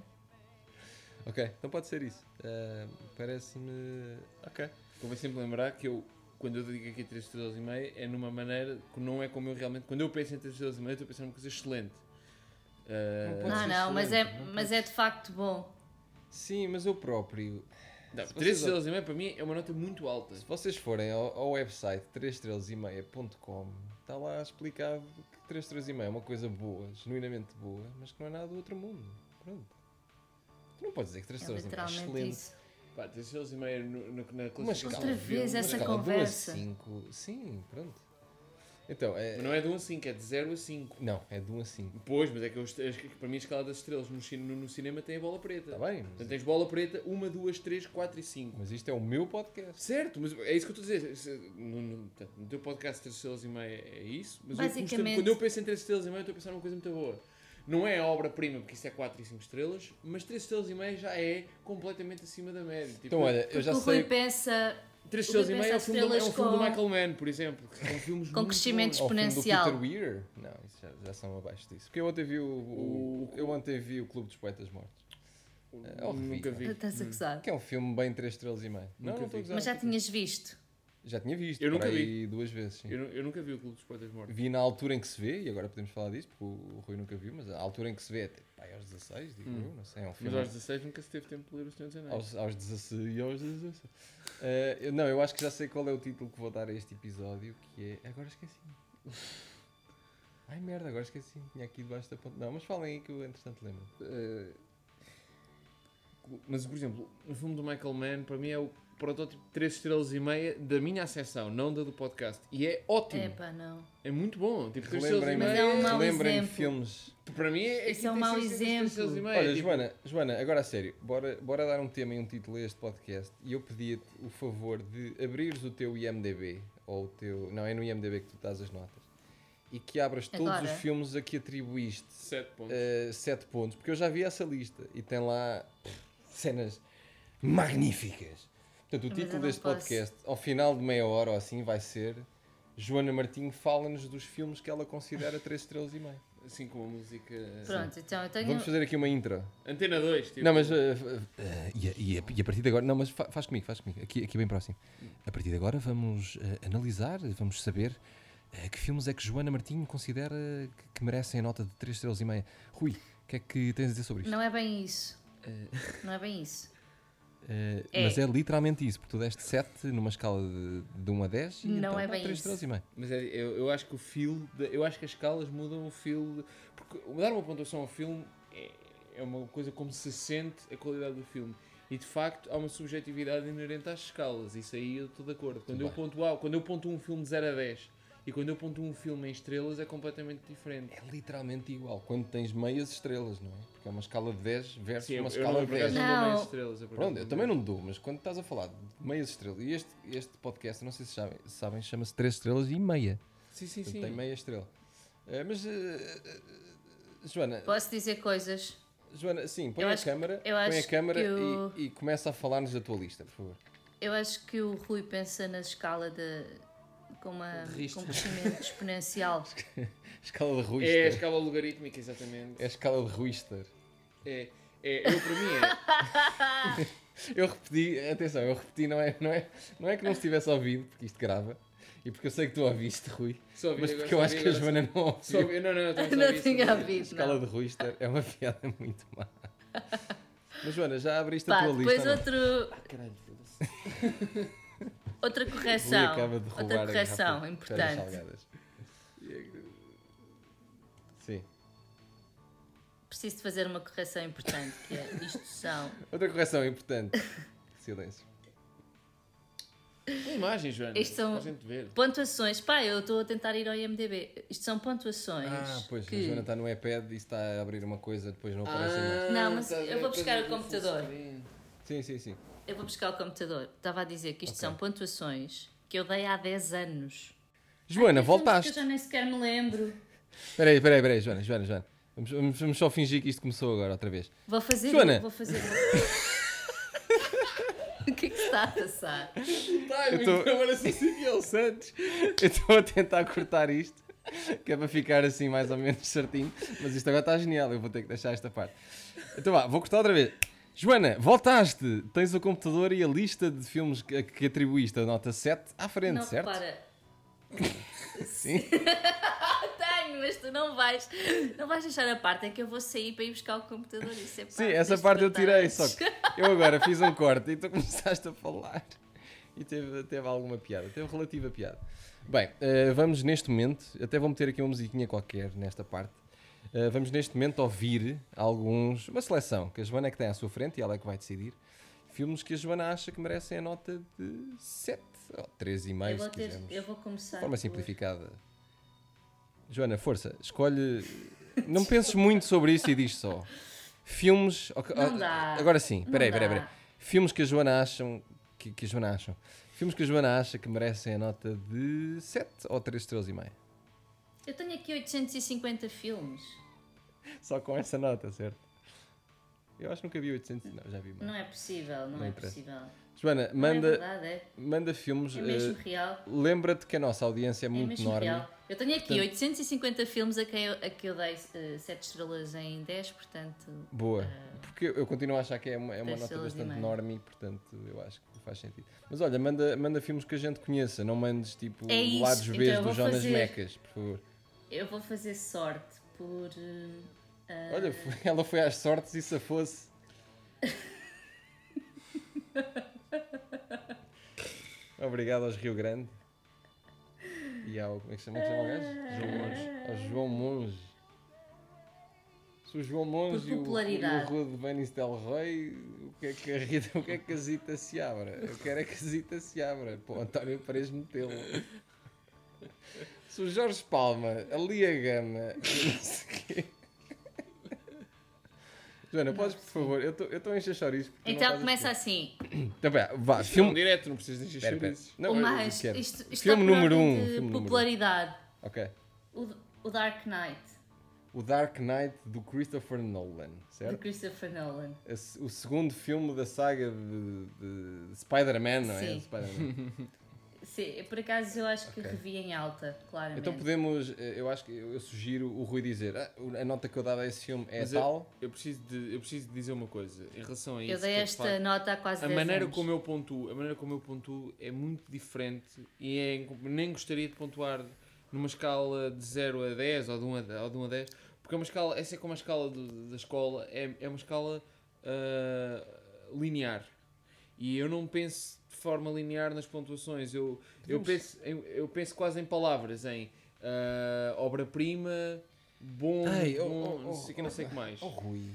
Speaker 2: Ok, então pode ser isso. Ah, Parece-me. Eh, Ok.
Speaker 3: Convém sempre lembrar que eu, quando eu digo aqui 3 estrelas e meia, é numa maneira que não é como eu realmente. Quando eu penso em 3 estrelas e meia, estou a pensar numa coisa excelente. Ah,
Speaker 2: Não pode
Speaker 4: Não,
Speaker 2: ser
Speaker 4: não, mas é,
Speaker 2: excelente, não
Speaker 4: mas é de facto bom.
Speaker 2: Sim, mas eu próprio.
Speaker 3: não,
Speaker 2: Se
Speaker 3: 3
Speaker 2: vocês-
Speaker 3: estrelas e meia para mim é uma nota muito alta.
Speaker 2: Se vocês forem ao, ao website 3estrelasemaia.com, está lá explicado que 3 estrelas e meia é uma coisa boa, genuinamente boa, mas que não é nada do outro mundo. Pronto. Tu não podes dizer que 3 estrelas e
Speaker 4: É
Speaker 2: meia é
Speaker 4: literalmente
Speaker 2: excelente.
Speaker 4: isso.
Speaker 3: Pá, 3 estrelas e meia no, no, na classificação.
Speaker 2: Uma escala
Speaker 4: Outra vez
Speaker 2: uma
Speaker 4: essa
Speaker 2: escala de um a
Speaker 4: conversa.
Speaker 2: cinco. Sim, pronto. Então, é.
Speaker 3: Mas não é de 1 a 5, é de 0 a 5.
Speaker 2: Não, é de 1 a 5.
Speaker 3: Pois, mas é que eu, est- acho que para mim a escala das estrelas no, cine- no cinema tem a bola preta.
Speaker 2: Está Tá bem?
Speaker 3: Portanto,
Speaker 2: Mas,
Speaker 3: tens bola preta, 1, 2, 3, 4 e 5.
Speaker 2: mas isto é o meu podcast.
Speaker 3: Certo, mas é isso que eu estou a dizer. Se- No, no, portanto, no teu podcast 3 estrelas e meia é isso, mas eu
Speaker 4: Basicamente-
Speaker 3: costumo- quando eu penso em 3 estrelas e meia, eu estou a pensar numa coisa muito boa. Não é a obra-prima, porque isso é 4 e 5 estrelas, mas 3 estrelas e meia já é completamente acima da média. Tipo,
Speaker 2: Então, olha, eu
Speaker 4: Porque
Speaker 2: já
Speaker 4: o Rui
Speaker 2: sei.
Speaker 4: pensa
Speaker 3: 3
Speaker 4: o Rui
Speaker 3: estrelas e meia é o
Speaker 4: pensa
Speaker 3: filme, do, é um
Speaker 4: estrelas
Speaker 3: filme do
Speaker 4: com-
Speaker 3: Michael Mann, por exemplo, que são filmes
Speaker 4: com
Speaker 3: muito
Speaker 4: crescimento
Speaker 3: bons.
Speaker 2: Ao filme do
Speaker 4: exponencial.
Speaker 2: Peter Weir? Não, isso já, já são abaixo disso. Porque eu ontem vi o, o- Eu ontem vi o Clube dos Poetas Mortos. É horrível.
Speaker 3: Nunca vi.
Speaker 4: Estás a gozar.
Speaker 2: Que é um filme bem 3 estrelas e meio. Não,
Speaker 3: Nunca
Speaker 2: não estou a
Speaker 3: vi.
Speaker 2: gozar.
Speaker 4: Mas já tinhas visto.
Speaker 2: Já tinha visto.
Speaker 3: Eu nunca
Speaker 2: por aí Duas vezes, sim.
Speaker 3: Eu, nu- eu nunca vi o Clube dos Poetas Mortos.
Speaker 2: Vi na altura em que se vê, e agora podemos falar disso, porque o o Rui nunca viu, mas a altura em que se vê é tipo, pá, aos 16, digo eu, não sei, é um
Speaker 3: Hum. Mas
Speaker 2: filme.
Speaker 3: aos 16 nunca se teve tempo de ler O Senhor dos Anéis.
Speaker 2: aos, aos 16 e aos 16. Eh, eu- não, eu acho que já sei qual é o título que vou dar a este episódio, que é. Agora esqueci-me. Ai merda, agora esqueci-me. Tinha aqui debaixo da ponta. Não, mas falem aí que eu entretanto lembro.
Speaker 3: Eh, mas, por exemplo, o filme do Michael Mann, para mim, é o protótipo de 3 estrelas e meia da minha acessão, não da do podcast. E é
Speaker 4: É
Speaker 3: ótimo.
Speaker 4: pá, não.
Speaker 3: É, muito bom. Tipo, 3 estrelas e
Speaker 2: Relembrem-me
Speaker 4: Mas é um
Speaker 3: meia.
Speaker 4: mau
Speaker 2: relembrem
Speaker 4: exemplo.
Speaker 2: filmes.
Speaker 3: Para mim, é
Speaker 4: Isso é um mau
Speaker 3: 86 das três estrelas e
Speaker 4: exemplo.
Speaker 3: meia.
Speaker 2: Olha,
Speaker 3: Tipo,
Speaker 2: Joana, Joana, agora a sério, bora, bora dar um tema e um título a este podcast e eu pedia-te o favor de abrires o teu IMDB, ou o teu. Não, é no IMDB que tu dás as notas, e que abras todos
Speaker 4: Agora?
Speaker 2: os filmes a que atribuíste
Speaker 3: sete pontos.
Speaker 2: 7 pontos, porque eu já vi essa lista e tem lá pff, cenas magníficas. Portanto, o
Speaker 4: Mas eu
Speaker 2: título
Speaker 4: não
Speaker 2: deste
Speaker 4: posso.
Speaker 2: podcast, ao final de meia hora ou assim, vai ser Joana Martinho fala-nos dos filmes que ela considera 3 estrelas e meio.
Speaker 3: Assim como a música.
Speaker 4: Pronto, então eu tenho.
Speaker 2: Vamos fazer aqui uma intro.
Speaker 3: Antena 2, tipo.
Speaker 2: Não, mas. eh, f- eh, e, a- e a, e a partir de agora. Não, mas fa- faz comigo, faz comigo. Aqui, aqui bem próximo. A partir de agora vamos eh, analisar, vamos saber eh, que filmes é que Joana Martinho considera que, que merecem a nota de 3 estrelas e meia. Rui, o que é que tens a dizer sobre isto?
Speaker 4: Não é bem isso. Não é bem isso.
Speaker 2: Eh,
Speaker 4: É.
Speaker 2: Mas é literalmente isso, porque tu deste 7 numa escala de, de 1 a 10 e
Speaker 4: Não
Speaker 2: então,
Speaker 4: é
Speaker 2: pá, 3
Speaker 4: bem isso.
Speaker 2: estrelas e meio.
Speaker 3: Mas é, eu, eu acho que o feel. da- eu acho que as escalas mudam o feel. de- porque dar uma pontuação ao filme é, é uma coisa como se sente a qualidade do filme. E de facto há uma subjetividade inerente às escalas. Isso aí eu estou de acordo. Quando eu,
Speaker 2: bem.
Speaker 3: pontuo, quando eu pontuo um filme de 0 a 10 e quando eu pontuo um filme em estrelas é completamente diferente.
Speaker 2: É literalmente igual quando tens meias estrelas, não é? Porque é uma escala de 10 versus
Speaker 3: Sim, eu-
Speaker 2: É, uma
Speaker 3: eu não,
Speaker 2: escala
Speaker 3: eu
Speaker 2: de
Speaker 3: por
Speaker 2: 10.
Speaker 3: acaso não dou
Speaker 4: Não.
Speaker 3: meias estrelas. por acaso
Speaker 2: Pronto, eu também não dou, mas quando estás a falar de meias estrelas, e este, este podcast, não sei se sabem, sabem chama-se 3 estrelas e meia.
Speaker 3: Sim, sim,
Speaker 2: Portanto,
Speaker 3: sim.
Speaker 2: Tem meia estrela. Eh, mas, eh, eh, Joana,
Speaker 4: Posso dizer coisas?
Speaker 2: Joana, sim, põe
Speaker 4: Eu
Speaker 2: a
Speaker 4: acho-
Speaker 2: câmara, põe
Speaker 4: eu acho
Speaker 2: a
Speaker 4: que
Speaker 2: câmara
Speaker 4: eu-
Speaker 2: e, e começa a falar-nos da tua lista, por favor.
Speaker 4: Eu acho que o Rui pensa na escala de. com, uma, com um crescimento exponencial.
Speaker 2: Escala de
Speaker 3: É a
Speaker 2: Ruister.
Speaker 3: escala logarítmica, exatamente.
Speaker 2: É a escala de Ruister.
Speaker 3: É, é, eu para mim é.
Speaker 2: Eu repeti, atenção, eu repeti, não é, não é, não é que não se tivesse ouvido, porque isto grava, e porque eu sei que tu ouviste, Rui,
Speaker 3: Só vi
Speaker 2: mas
Speaker 3: agora,
Speaker 2: porque eu
Speaker 3: só
Speaker 2: acho
Speaker 3: vi
Speaker 2: que a
Speaker 3: agora,
Speaker 2: Joana não ouviu.
Speaker 3: só- só vi- Não, não, não, então só vi
Speaker 4: não
Speaker 3: isso,
Speaker 4: tinha
Speaker 3: não vi.
Speaker 4: ouvido,
Speaker 2: escala
Speaker 4: não.
Speaker 2: de Ruister é uma piada muito má. Mas Joana, já abriste
Speaker 4: Pá,
Speaker 2: a tua lista.
Speaker 4: depois
Speaker 2: ou não? Ah,
Speaker 4: outro,
Speaker 3: Caralho, foda-se.
Speaker 4: outra
Speaker 2: Rui
Speaker 4: correção.
Speaker 2: acaba de roubar
Speaker 4: Outra
Speaker 2: a
Speaker 4: correção
Speaker 2: garrafa de pedras
Speaker 4: importante.
Speaker 2: salgadas. Sim.
Speaker 4: Preciso de fazer uma correção importante, que é isto são.
Speaker 2: Outra correção importante. Silêncio.
Speaker 3: Com imagens, Joana.
Speaker 4: Isto são-
Speaker 3: Para a gente ver.
Speaker 4: Pontuações. Pá, eu estou a tentar ir ao IMDB. Isto são pontuações.
Speaker 2: Ah, pois,
Speaker 4: que... Ah.
Speaker 2: a Joana está no iPad e está a abrir uma coisa, depois não
Speaker 3: Ah,
Speaker 2: aparece mais.
Speaker 4: Não, mas eu vou buscar o computador.
Speaker 2: Sim, sim, sim.
Speaker 4: Eu vou buscar o computador. Estava a dizer que isto são pontuações que eu dei há 10 anos.
Speaker 2: Joana,
Speaker 4: Eu
Speaker 2: voltaste.
Speaker 4: já nem sequer me lembro.
Speaker 2: Espera aí, espera aí, espera aí, Joana, Joana, Joana. Vamos, vamos, vamos só fingir que isto começou agora, outra vez.
Speaker 4: Vou fazer.
Speaker 2: Joana.
Speaker 4: eu, Vou fazer. eu. o que é que está a passar?
Speaker 2: Eu tô-
Speaker 3: Agora então, sim, sim, Miguel Santos.
Speaker 2: Eu estou a tentar cortar isto, que é para ficar assim mais ou menos certinho, mas isto agora está genial, eu vou ter que deixar esta parte. Então vá, vou cortar outra vez. Joana, voltaste! Tens o computador e a lista de filmes que, que atribuíste a nota 7 à frente,
Speaker 4: não
Speaker 2: certo?
Speaker 4: repara.
Speaker 2: Sim.
Speaker 4: Tenho, mas tu não vais. Não vais deixar a parte em que eu vou sair para ir buscar o computador. Isso é pá,
Speaker 2: Sim, essa
Speaker 4: deixa-te
Speaker 2: parte eu
Speaker 4: tratar.
Speaker 2: tirei, só que eu agora fiz um corte e tu começaste a falar. E teve, teve alguma piada, teve relativa piada. Bem, eh, vamos neste momento, até vou meter aqui uma musiquinha qualquer nesta parte. Eh, vamos neste momento ouvir alguns, uma seleção que a Joana é que tem à sua frente e ela é que vai decidir. Filmes que a Joana acha que merecem a nota de 7 ou 3,5
Speaker 4: Eu
Speaker 2: se
Speaker 4: vou, ter-
Speaker 2: quisermos.
Speaker 4: eu vou
Speaker 2: De
Speaker 4: começar.
Speaker 2: forma
Speaker 4: por-
Speaker 2: simplificada. Joana, força, escolhe. Não penses muito sobre isso e diz só. Filmes. ok,
Speaker 4: Não
Speaker 2: ah,
Speaker 4: dá.
Speaker 2: Agora sim,
Speaker 4: Não
Speaker 2: peraí,
Speaker 4: dá.
Speaker 2: peraí, peraí. Filmes que a Joana acham. Que, que a Joana acham. Filmes que a Joana acha que merecem a nota de 7 ou 3 estrelas e meia.
Speaker 4: Eu tenho aqui 850 filmes.
Speaker 2: Só com essa nota, certo? Eu acho que nunca vi 800. Não, já vi mais.
Speaker 4: Não é possível, não,
Speaker 2: Não
Speaker 4: é
Speaker 2: interessa.
Speaker 4: possível.
Speaker 2: Joana,
Speaker 4: Não é
Speaker 2: manda,
Speaker 4: verdade, é.
Speaker 2: manda filmes.
Speaker 4: É mesmo
Speaker 2: eh,
Speaker 4: real.
Speaker 2: Lembra-te que a nossa audiência é
Speaker 4: É
Speaker 2: muito
Speaker 4: mesmo
Speaker 2: enorme.
Speaker 4: real. Eu tenho aqui
Speaker 2: Portanto-
Speaker 4: 850 filmes a quem eu, a que eu dei 7 estrelas em 10, portanto.
Speaker 2: Boa.
Speaker 4: Ah.
Speaker 2: Porque eu- eu continuo a achar que é uma, é uma
Speaker 4: Dez
Speaker 2: nota
Speaker 4: estrelas e
Speaker 2: bastante
Speaker 4: meia.
Speaker 2: enorme, portanto eu acho que faz sentido. Mas olha, manda, manda filmes que a gente conheça, não mandes tipo
Speaker 4: É isso,
Speaker 2: lados
Speaker 4: então
Speaker 2: Bs
Speaker 4: eu
Speaker 2: do
Speaker 4: vou
Speaker 2: Jonas
Speaker 4: fazer.
Speaker 2: Mecas, por favor.
Speaker 4: Eu vou fazer sorte por. eh, ah,
Speaker 2: Olha, foi- ela foi às sortes e se fosse. Obrigado aos Rio Grande. E ao. Como é que chama, como é que chama o gajo? João Monge. Ao João Monge. Se o João Monge e o, e o
Speaker 4: popularidade.
Speaker 2: Rude Benis Del Rey, o que é que a Rita, o que é que a Zita se abra? Eu quero é que a Zita se abra. Pô, António Paredes metê-lo. Se o Jorge Palma, ali a gama, não sei o quê. Joana, podes, por favor, eu estou a encher chouriços. porque tu não
Speaker 4: Então
Speaker 2: fazes
Speaker 4: começa assim.
Speaker 2: isso. Então, pera, vá,
Speaker 3: Isto é um
Speaker 2: filme.
Speaker 3: direto, não precisas de
Speaker 2: Pera,
Speaker 3: encher
Speaker 2: pera.
Speaker 3: chouriços.
Speaker 2: Não,
Speaker 4: o
Speaker 2: eu- eu
Speaker 4: mais.
Speaker 2: quero.
Speaker 4: Isto, isto
Speaker 2: filme
Speaker 4: está por
Speaker 2: número
Speaker 4: ordem
Speaker 2: um,
Speaker 4: de
Speaker 2: filme número um.
Speaker 4: popularidade.
Speaker 2: Ok.
Speaker 4: O, o Dark Knight,
Speaker 2: O Dark Knight do Christopher Nolan,
Speaker 4: de
Speaker 2: certo?
Speaker 4: Christopher Nolan.
Speaker 2: Esse- O segundo filme da saga de, de Spider-Man, não é?
Speaker 4: Sim.
Speaker 2: Spider-Man.
Speaker 4: Sim, por acaso eu acho que
Speaker 2: Ok.
Speaker 4: revi em alta, claramente.
Speaker 2: então podemos, eh, eu acho que eu eu sugiro o Rui dizer, "Ah, a nota que eu dava a esse filme é
Speaker 3: Mas eu-
Speaker 2: tal.
Speaker 3: Eu preciso, de, eu preciso de dizer uma coisa em relação a isso.
Speaker 4: Eu dei
Speaker 3: que é de
Speaker 4: esta
Speaker 3: facto-
Speaker 4: nota há quase
Speaker 3: a
Speaker 4: 10
Speaker 3: maneira
Speaker 4: anos.
Speaker 3: como eu pontuo a maneira como eu pontuo é muito diferente e é inco- nem gostaria de pontuar numa escala de 0 a 10 ou de 1 a, de- ou de 1 a 10 porque é uma escala essa é como a escala do- da escola é, é uma escala ah, linear e eu não penso de forma linear nas pontuações eu, eu, penso, em- eu penso quase em palavras em ah, obra-prima bom,
Speaker 2: Ai, oh,
Speaker 3: bom
Speaker 2: oh,
Speaker 3: não sei o que não sei o que mais
Speaker 2: Oh Rui,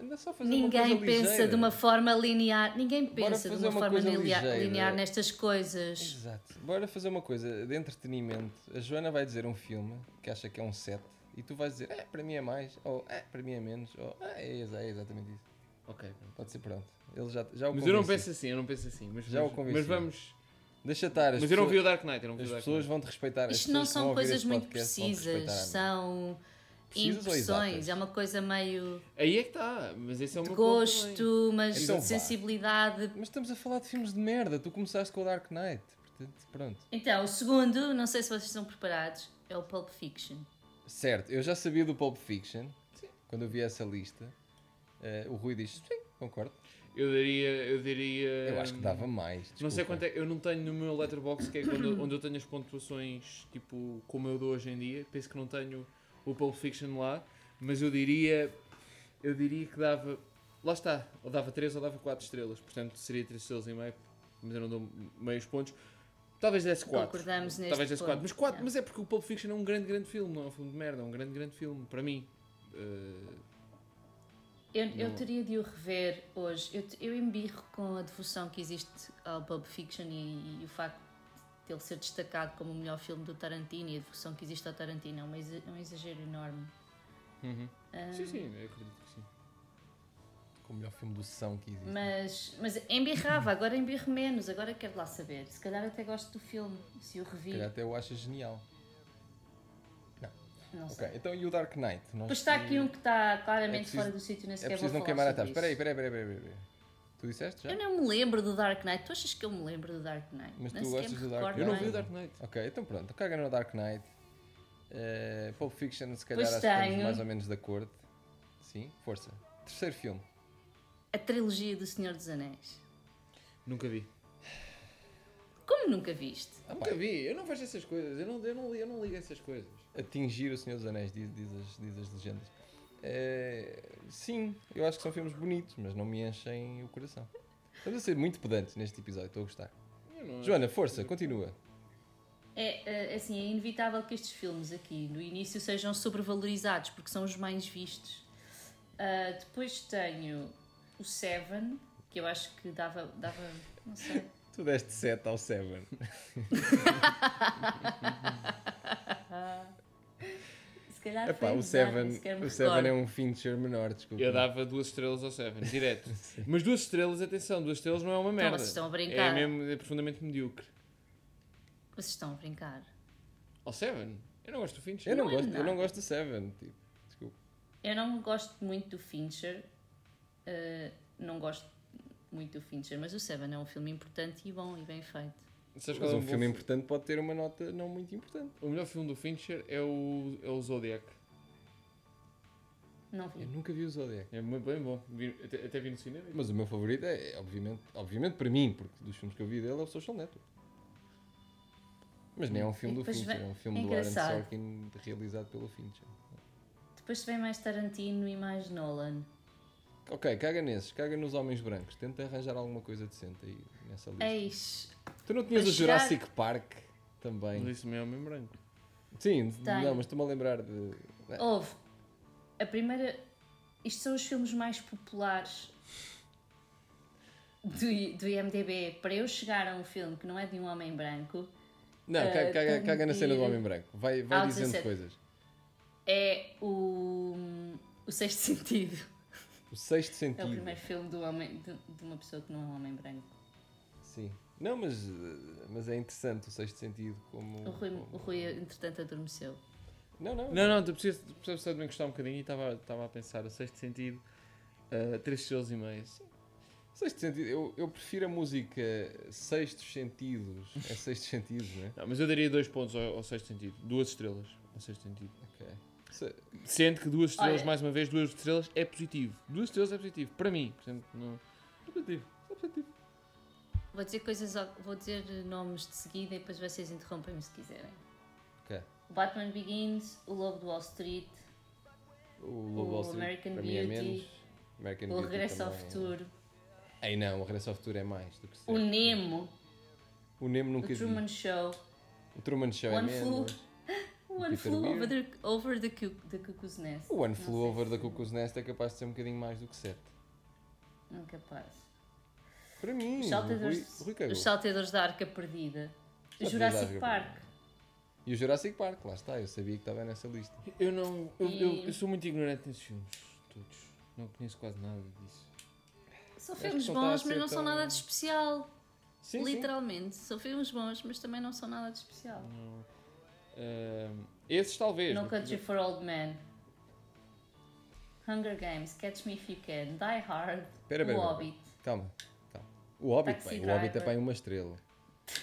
Speaker 2: anda só a fazer uma
Speaker 4: Ninguém
Speaker 2: coisa
Speaker 4: pensa
Speaker 2: ligeira.
Speaker 4: de uma forma linear. Ninguém
Speaker 2: Bora
Speaker 4: pensa de
Speaker 2: fazer
Speaker 4: uma,
Speaker 2: uma
Speaker 4: forma
Speaker 2: coisa
Speaker 4: linear,
Speaker 2: ligeira.
Speaker 4: linear nestas coisas.
Speaker 2: Exato. Bora fazer uma coisa de entretenimento. A Joana vai dizer um filme que acha que é um 7 e tu vais dizer, ah, para mim é mais, ou ah, para mim é menos, ou ah, é, exa- é exatamente isso.
Speaker 3: ok pronto.
Speaker 2: Pode ser pronto. Ele já, já o
Speaker 3: mas eu não
Speaker 2: convenci.
Speaker 3: penso assim eu não penso assim mas,
Speaker 2: Já o
Speaker 3: mas-
Speaker 2: convenci.
Speaker 3: mas vamos
Speaker 2: Deixa estar. as
Speaker 3: Mas eu não vi
Speaker 2: pessoas-
Speaker 3: o Dark Knight, eu não vi
Speaker 2: As
Speaker 3: o Dark
Speaker 2: pessoas
Speaker 3: Knight.
Speaker 2: vão te respeitar. as
Speaker 4: Isto não
Speaker 2: pessoas que vão
Speaker 4: são
Speaker 2: ouvir
Speaker 4: coisas
Speaker 2: este
Speaker 4: muito
Speaker 2: podcast vão te
Speaker 4: precisas,
Speaker 2: respeitar.
Speaker 4: são
Speaker 2: Precisas ou
Speaker 4: impressões.
Speaker 2: exatas?
Speaker 4: É uma coisa meio
Speaker 3: Aí é que está, mas esse é o
Speaker 4: de
Speaker 3: meu
Speaker 4: gosto, mas
Speaker 2: um Então
Speaker 4: de
Speaker 2: vá.
Speaker 4: sensibilidade.
Speaker 2: Mas estamos a falar de filmes de merda. Tu começaste com o Dark Knight. Portanto, pronto.
Speaker 4: Então, o segundo, não sei se vocês estão preparados, é o Pulp Fiction.
Speaker 2: Certo, eu já sabia do Pulp Fiction. Quando eu vi essa lista, eh, o Rui diz: Sim, concordo.
Speaker 3: Eu diria, eu diria...
Speaker 2: Eu acho que dava mais.
Speaker 3: Hum, Não sei
Speaker 2: desculpa.
Speaker 3: quanto é, eu não tenho no meu letterbox que é quando- onde eu tenho as pontuações, tipo, como eu dou hoje em dia. Penso que não tenho o Pulp Fiction lá, mas eu diria, eu diria que dava, lá está, ou dava 3 ou dava 4 estrelas, portanto seria 3 estrelas e meio, mas eu não dou meios pontos. Talvez desse 4.
Speaker 4: Concordamos neste
Speaker 3: Talvez desse 4,
Speaker 4: ponto,
Speaker 3: mas, 4
Speaker 4: yeah.
Speaker 3: mas é porque o Pulp Fiction é um grande, grande filme, não é um filme de merda, é um grande, grande filme, para mim. Eh,
Speaker 4: Eu, eu
Speaker 3: Não.
Speaker 4: teria de o rever hoje. Eu, te- eu embirro com a devoção que existe ao Pulp Fiction e, e o facto de ele ser destacado como o melhor filme do Tarantino e a devoção que existe ao Tarantino. É um, exa- é um exagero enorme. Ah,
Speaker 3: Sim, sim, eu acredito que sim.
Speaker 2: Com o melhor filme do São que existe.
Speaker 4: Mas, mas embirrava, agora embirro menos, agora quero lá saber. Se calhar até gosto do filme, se o
Speaker 2: Se
Speaker 4: revi.
Speaker 2: calhar até eu acho genial.
Speaker 4: Não sei.
Speaker 2: Ok, então e o Dark Knight? Nós-
Speaker 4: Pois está aqui um que está
Speaker 2: É
Speaker 4: claramente
Speaker 2: preciso-
Speaker 4: fora do sítio, nem
Speaker 2: É
Speaker 4: sequer
Speaker 2: preciso
Speaker 4: vou
Speaker 2: não
Speaker 4: falar
Speaker 2: queimar a
Speaker 4: sobre
Speaker 2: taça. Espera aí,
Speaker 4: isso.
Speaker 2: espera aí, espera aí, espera aí, espera aí. Tu disseste já?
Speaker 4: Eu não me lembro do Dark Knight. Tu achas que eu me lembro do Dark Knight?
Speaker 2: Mas
Speaker 4: Nem
Speaker 2: tu
Speaker 4: sequer
Speaker 2: gostas
Speaker 4: me
Speaker 2: do Dark
Speaker 4: recordo
Speaker 3: Eu não
Speaker 4: Tá bem.
Speaker 3: vi o Dark Knight.
Speaker 2: Ok, então pronto. Caga no Dark Knight. Eh, Pulp Fiction, se calhar,
Speaker 4: Pois
Speaker 2: acho que estamos
Speaker 4: tenho.
Speaker 2: mais ou menos de acordo. Sim, força. Terceiro filme.
Speaker 4: A trilogia do Senhor dos Anéis.
Speaker 3: Nunca vi.
Speaker 4: Como nunca viste?
Speaker 2: Ah,
Speaker 3: Nunca
Speaker 2: pá,
Speaker 3: vi, eu não vejo essas coisas, eu não, eu não, eu não ligo a essas coisas.
Speaker 2: atingir o Senhor dos Anéis, diz, diz as, diz as legendas. Eh, sim, eu acho que são filmes bonitos, mas não me enchem o coração. Estamos a ser muito pedantes neste episódio, estou a gostar.
Speaker 3: Eu não
Speaker 2: Joana, força, continua.
Speaker 4: É, eh, assim, é inevitável que estes filmes aqui no início sejam sobrevalorizados porque são os mais vistos. Ah, depois tenho o Seven, que eu acho que dava, dava não sei.
Speaker 2: Tu deste 7 ao 7.
Speaker 4: calhar
Speaker 2: Epá,
Speaker 4: Ah, foi
Speaker 2: o
Speaker 4: bizarro,
Speaker 2: Seven,
Speaker 4: nem sequer me
Speaker 2: o Seven é
Speaker 4: recordo.
Speaker 2: um Fincher menor, desculpa.
Speaker 3: Eu dava duas estrelas ao Seven, direto. Mas duas estrelas, atenção, duas estrelas não é uma merda.
Speaker 4: vocês Então, estão a
Speaker 3: É
Speaker 4: brincar.
Speaker 3: mesmo é profundamente medíocre.
Speaker 4: Vocês estão a brincar.
Speaker 3: Ao Seven? Eu não gosto do Fincher.
Speaker 2: Eu não,
Speaker 4: Não é
Speaker 2: gosto, eu não
Speaker 4: nada.
Speaker 2: gosto do Seven, tipo. Desculpa.
Speaker 4: Eu não gosto muito do Fincher. eh, não gosto muito do Fincher, mas o Seven é um filme importante e bom e bem feito.
Speaker 3: Sabes qual
Speaker 2: Mas
Speaker 3: é
Speaker 2: um
Speaker 3: um bom
Speaker 2: filme
Speaker 3: fi-
Speaker 2: importante pode ter uma nota não muito importante.
Speaker 3: O melhor filme do Fincher é o, é o Zodiac.
Speaker 4: Não
Speaker 2: Eu
Speaker 4: vi.
Speaker 2: nunca vi o Zodiac.
Speaker 3: É muito bem bom. Vi- até, até vi no cinema.
Speaker 2: Mas o meu favorito é, é, obviamente, obviamente para mim, porque dos filmes que eu vi dele é o Social Network. Mas nem é um filme
Speaker 4: E
Speaker 2: do
Speaker 4: depois
Speaker 2: Fincher,
Speaker 4: vem-
Speaker 2: é um filme
Speaker 4: é
Speaker 2: do Aaron
Speaker 4: engraçado.
Speaker 2: Sorkin realizado pelo Fincher.
Speaker 4: Depois vem mais Tarantino e mais Nolan.
Speaker 2: Ok, caga nesses, caga nos homens brancos. Tenta arranjar alguma coisa decente aí nessa lista.
Speaker 4: Eis.
Speaker 2: Tu não tinhas
Speaker 4: Para
Speaker 2: o
Speaker 4: chegar-
Speaker 2: Jurassic Park também?
Speaker 3: Mas isso também é homem branco.
Speaker 2: Sim,
Speaker 4: Tenho.
Speaker 2: não, mas estou-me a lembrar de.
Speaker 4: Houve. A primeira. Isto são os filmes mais populares do, I- do IMDB. Para eu chegar a um filme que não é de um homem branco,
Speaker 2: Não,
Speaker 4: Eh,
Speaker 2: caga, caga-
Speaker 4: tenho
Speaker 2: caga na cena do
Speaker 4: que ir.
Speaker 2: Homem Branco. Vai, vai
Speaker 4: Ah,
Speaker 2: dizendo
Speaker 4: 17.
Speaker 2: coisas.
Speaker 4: é o. O Sexto Sentido.
Speaker 2: O sexto
Speaker 4: É o
Speaker 2: sentido.
Speaker 4: primeiro filme do homem, de, de uma pessoa que não é um homem branco.
Speaker 2: Sim. Não, mas, eh, mas é interessante o sexto sentido como.
Speaker 4: O Rui,
Speaker 2: como-
Speaker 4: o Rui entretanto, adormeceu.
Speaker 2: Não, não.
Speaker 3: Não, não, tu precisas, tu precisas só de me encostar um bocadinho e estava estava a pensar, o sexto sentido, ah, três estrelas e meia.
Speaker 2: Sexto sentido. Eu, eu prefiro a música Sextos Sentidos. É Sextos Sentidos, não é?
Speaker 3: Não, mas eu daria dois pontos ao, ao sexto sentido. Duas estrelas ao sexto sentido.
Speaker 2: Ok. Se-
Speaker 3: Sendo que duas estrelas,
Speaker 4: Olha.
Speaker 3: mais uma vez, duas estrelas é positivo. Duas estrelas é positivo. Para mim, portanto, não.
Speaker 4: Vou dizer coisas, ao- vou dizer nomes de seguida e depois vocês interrompem-me se quiserem.
Speaker 2: Ok.
Speaker 4: O Batman Begins, O Lobo do Wall Street,
Speaker 2: O Lobo
Speaker 4: O
Speaker 2: Wall Street,
Speaker 4: American
Speaker 2: para mim é
Speaker 4: Beauty.
Speaker 2: menos. American
Speaker 4: O
Speaker 2: Beauty
Speaker 4: Regresso ao
Speaker 2: também é-
Speaker 4: Futuro,
Speaker 2: Ei, não, o Regresso ao Futuro é mais do que
Speaker 4: O
Speaker 2: certo.
Speaker 4: Nemo,
Speaker 2: O Nemo
Speaker 4: O
Speaker 2: nunca vi.
Speaker 4: Truman Show,
Speaker 2: O Truman Show é
Speaker 4: One
Speaker 2: menos.
Speaker 4: Flew- One
Speaker 2: Peter
Speaker 4: Flew
Speaker 2: Weir.
Speaker 4: Over the, over the, Cuc- the Cuckoo's Nest.
Speaker 2: O One
Speaker 4: Não
Speaker 2: Flew
Speaker 4: sei
Speaker 2: Over
Speaker 4: se-
Speaker 2: da Cuckoo's Nest é capaz de ser um bocadinho mais do que certo.
Speaker 4: Não capaz.
Speaker 2: Para mim,
Speaker 4: Os
Speaker 2: o Rui,
Speaker 4: salteadores,
Speaker 2: o Rui cagou.
Speaker 4: os salteadores da Arca Perdida. O
Speaker 2: Salteadores da
Speaker 4: Jurassic
Speaker 2: Arca
Speaker 4: Park.
Speaker 2: E o Jurassic Park, lá está, eu sabia que estava nessa lista.
Speaker 3: Eu não. Eu, eu-
Speaker 4: E-
Speaker 3: eu sou muito ignorante nesses filmes. Todos. Não conheço quase nada disso.
Speaker 4: São
Speaker 2: Acho
Speaker 4: filmes
Speaker 2: que não está a
Speaker 4: bons,
Speaker 2: ser
Speaker 4: mas não
Speaker 2: tão-
Speaker 4: são nada de especial.
Speaker 2: Sim,
Speaker 4: Literalmente. São filmes bons, mas também não são nada de especial.
Speaker 3: Não. Ahm, esses talvez.
Speaker 4: No
Speaker 3: mas-
Speaker 4: Country for Old Men. Hunger Games, Catch Me If You Can, Die Hard,
Speaker 2: Pera, pera,
Speaker 4: O
Speaker 2: pera.
Speaker 4: Hobbit,
Speaker 2: sim. Calma, calma. O Hobbit,
Speaker 4: Taxi
Speaker 2: bem, o Hobbit é
Speaker 4: Driver.
Speaker 2: bem uma estrela.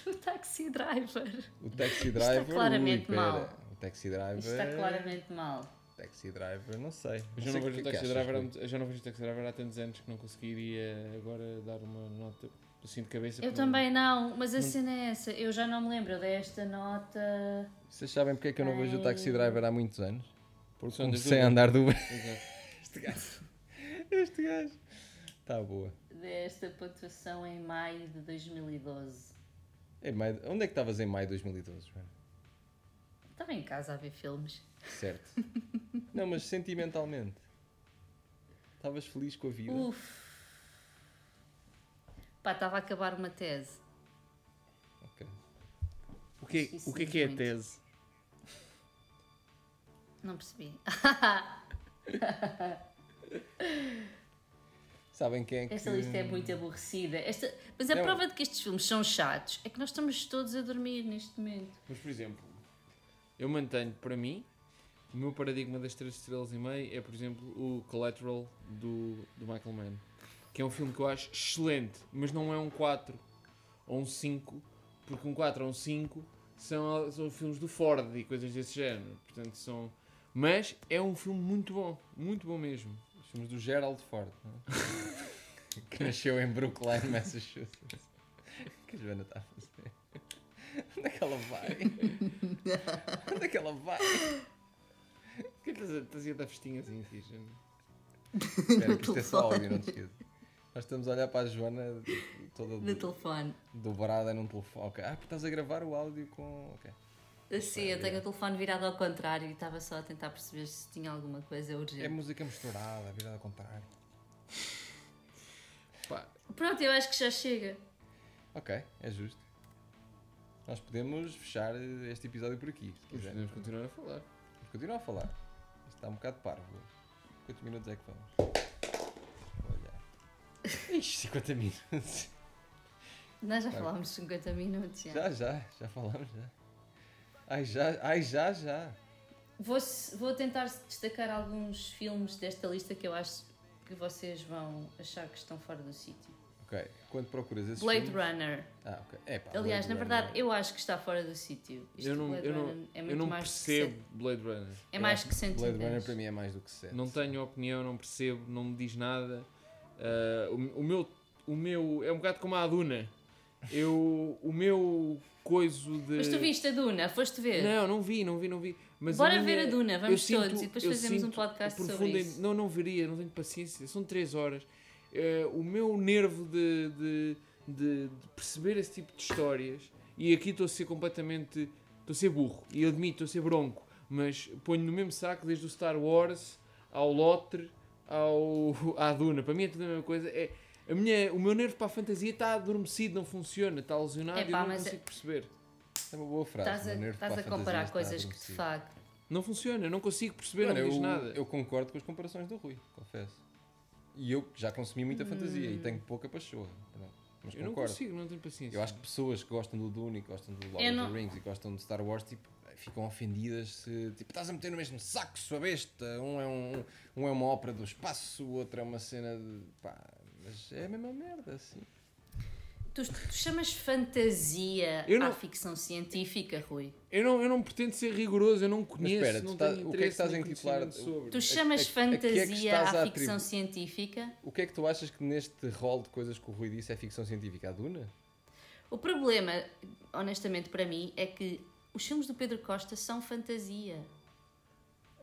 Speaker 4: o Taxi Driver.
Speaker 2: O Taxi Driver,
Speaker 4: claramente
Speaker 2: ui,
Speaker 4: mau.
Speaker 2: pera. O Taxi Driver...
Speaker 4: Isto está claramente mal.
Speaker 2: Taxi Driver, não sei.
Speaker 3: Eu
Speaker 2: Não
Speaker 3: já
Speaker 2: sei
Speaker 3: não, vejo
Speaker 2: que-
Speaker 3: o
Speaker 2: que
Speaker 3: Taxi
Speaker 2: achas,
Speaker 3: Driver, há
Speaker 2: Rui.
Speaker 3: muito- eu já não vejo o Taxi Driver há tantos anos que não conseguiria agora dar uma nota assim de cabeça.
Speaker 4: Eu
Speaker 3: porque não-
Speaker 4: também não, mas a cena é essa. Eu já não me lembro desta nota.
Speaker 2: Vocês sabem porque é que eu não vejo o Taxi Driver há muitos anos? Porque
Speaker 3: São das
Speaker 2: comecei a
Speaker 3: duas.
Speaker 2: andar do...
Speaker 3: Exato.
Speaker 2: Este gajo... Este gajo... Está boa.
Speaker 4: Desta pontuação em maio de 2012.
Speaker 2: Em maio- Onde é que estavas em maio de 2012, Joana?
Speaker 4: Estava em casa a ver filmes.
Speaker 2: Certo. não, mas sentimentalmente. Estavas feliz com a vida?
Speaker 4: Uf. Pá, estava a acabar uma tese.
Speaker 2: Ok.
Speaker 3: O que, é- o que é que é a tese?
Speaker 4: Não percebi.
Speaker 2: Sabem quem é que...
Speaker 4: Esta lista é muito aborrecida. Esta... Mas a
Speaker 2: Não.
Speaker 4: prova de que estes filmes são chatos é que nós estamos todos a dormir neste momento.
Speaker 3: Mas, por exemplo, eu mantenho para mim o meu paradigma das 3 estrelas e meio é, por exemplo, o Collateral do, do Michael Mann, que é um filme que eu acho excelente, mas não é um 4 ou um 5, porque um 4 ou um 5 são, são filmes do Ford e coisas desse género. Portanto, são. Mas é um filme muito bom, muito bom mesmo.
Speaker 2: Os filmes do Gerald Ford, não é? que nasceu em Brookline, Massachusetts. que a Joana está a fazer? Onde é que ela vai? Onde é que ela vai?
Speaker 3: Por que estás a- estás a ir dar festinha assim, Tijan?
Speaker 2: Espera, que isto é só áudio, não te esqueças. Nós estamos a olhar para a Joana toda
Speaker 4: No
Speaker 2: do-
Speaker 4: telefone.
Speaker 2: dobrada num telefone. Ok. Ah, porque estás a gravar o áudio com... Ok. É
Speaker 4: Assim, eu
Speaker 2: Sério?
Speaker 4: tenho o telefone virado ao contrário e estava só a tentar perceber se tinha alguma coisa urgente.
Speaker 2: É música misturada, virada ao contrário.
Speaker 3: Pá,
Speaker 4: Pronto, eu acho que já chega.
Speaker 2: Ok, é justo. Nós podemos fechar este episódio por aqui, se
Speaker 3: mas
Speaker 2: quiser.
Speaker 3: é. podemos continuar a falar.
Speaker 2: Mas Continua a falar. Está um bocado parvo. Quantos minutos é que vamos? Vou olhar. Ixi, 50 minutos.
Speaker 4: Nós já
Speaker 2: Tá.
Speaker 4: falámos 50 minutos. Já.
Speaker 2: Já, já, já falamos já. Ai já, ai já, já.
Speaker 4: Vou, vou tentar destacar alguns filmes desta lista que eu acho que vocês vão achar que estão fora do sítio.
Speaker 2: Ok, quando procuras esses
Speaker 4: Blade
Speaker 2: filmes...
Speaker 4: Runner.
Speaker 2: Ah, ok. Epá,
Speaker 4: Aliás,
Speaker 2: Blade
Speaker 4: na verdade,
Speaker 2: Runner.
Speaker 4: eu acho que está fora do sítio. Isto
Speaker 3: Eu não-
Speaker 4: Blade
Speaker 3: eu não-
Speaker 4: Runner é muito
Speaker 3: Eu não
Speaker 4: mais
Speaker 3: percebo
Speaker 4: Que
Speaker 3: Blade Runner.
Speaker 4: cent- é mais
Speaker 2: acho
Speaker 4: que sentido.
Speaker 2: Blade Runner para mim é mais do que 7.
Speaker 3: Não tá- tenho opinião, não percebo, não me diz nada. Ah, o, o meu, o meu é um bocado como a Duna. Eu, o meu coiso de.
Speaker 2: Eh,
Speaker 4: Mas tu viste a Duna? Foste ver?
Speaker 3: Não, não vi, não vi, não vi. Mas é
Speaker 4: Bora
Speaker 3: minha-
Speaker 4: ver a Duna,
Speaker 3: eu
Speaker 4: vamos
Speaker 3: sinto-
Speaker 4: todos e depois
Speaker 3: eu
Speaker 4: fazemos um
Speaker 3: sinto
Speaker 4: podcast
Speaker 3: profunda
Speaker 4: sobre
Speaker 3: em-
Speaker 4: isso.
Speaker 3: Não, não veria, não tenho paciência. São três horas. Eh, o meu nervo de, de- de- de perceber esse tipo de histórias, e aqui estou a ser completamente. Estou a ser burro, e admito, estou a ser bronco, mas ponho no mesmo saco desde o Star Wars ao Lotre ao, à Duna. Para mim é tudo a mesma coisa. É, a minha, o meu nervo para a fantasia está adormecido, não funciona, está lesionado e eu
Speaker 4: Epá,
Speaker 3: não
Speaker 4: mas
Speaker 3: consigo perceber.
Speaker 2: É uma boa frase.
Speaker 4: Estás a,
Speaker 2: o nervo
Speaker 4: estás
Speaker 2: para
Speaker 4: a
Speaker 2: fantasia
Speaker 4: comparar
Speaker 2: está assim.
Speaker 4: coisas que de
Speaker 2: adormecido.
Speaker 4: facto.
Speaker 3: Não funciona, não consigo perceber,
Speaker 2: Mano,
Speaker 3: não me diz
Speaker 2: eu,
Speaker 3: nada.
Speaker 2: eu concordo com as comparações do Rui, confesso. E eu já consumi muita fantasia e
Speaker 4: Hum.
Speaker 2: tenho pouca pachorra. pronto. Mas
Speaker 3: Eu não
Speaker 2: concordo.
Speaker 3: consigo, não tenho paciência.
Speaker 2: Eu acho que pessoas que gostam do Dune e gostam do Lord
Speaker 4: Eu
Speaker 2: of
Speaker 4: não-
Speaker 2: the Rings e gostam de Star Wars, tipo, ficam ofendidas se, tipo, estás a meter no mesmo saco, sua besta. Um é, um, um é uma ópera do espaço, o outro é uma cena de... pá, mas é a mesma merda, assim.
Speaker 4: Tu, tu chamas fantasia
Speaker 3: Eu não-
Speaker 4: à ficção científica, Rui.
Speaker 3: Eu não, eu não pretendo ser rigoroso, eu não
Speaker 2: Mas
Speaker 3: conheço,
Speaker 2: espera, tu
Speaker 3: não
Speaker 2: tá-
Speaker 3: tenho
Speaker 2: o que é que
Speaker 3: interesse
Speaker 2: estás a
Speaker 3: nem
Speaker 2: intitular?
Speaker 3: conhecimento sobre.
Speaker 4: Tu chamas
Speaker 2: a- a que é que
Speaker 4: fantasia
Speaker 2: estás a
Speaker 4: à
Speaker 2: atribuir?
Speaker 4: ficção científica?
Speaker 2: O que é que tu achas que neste rol de coisas que o Rui disse é ficção científica? A Duna?
Speaker 4: O problema, honestamente, para mim, é que os filmes do Pedro Costa são fantasia.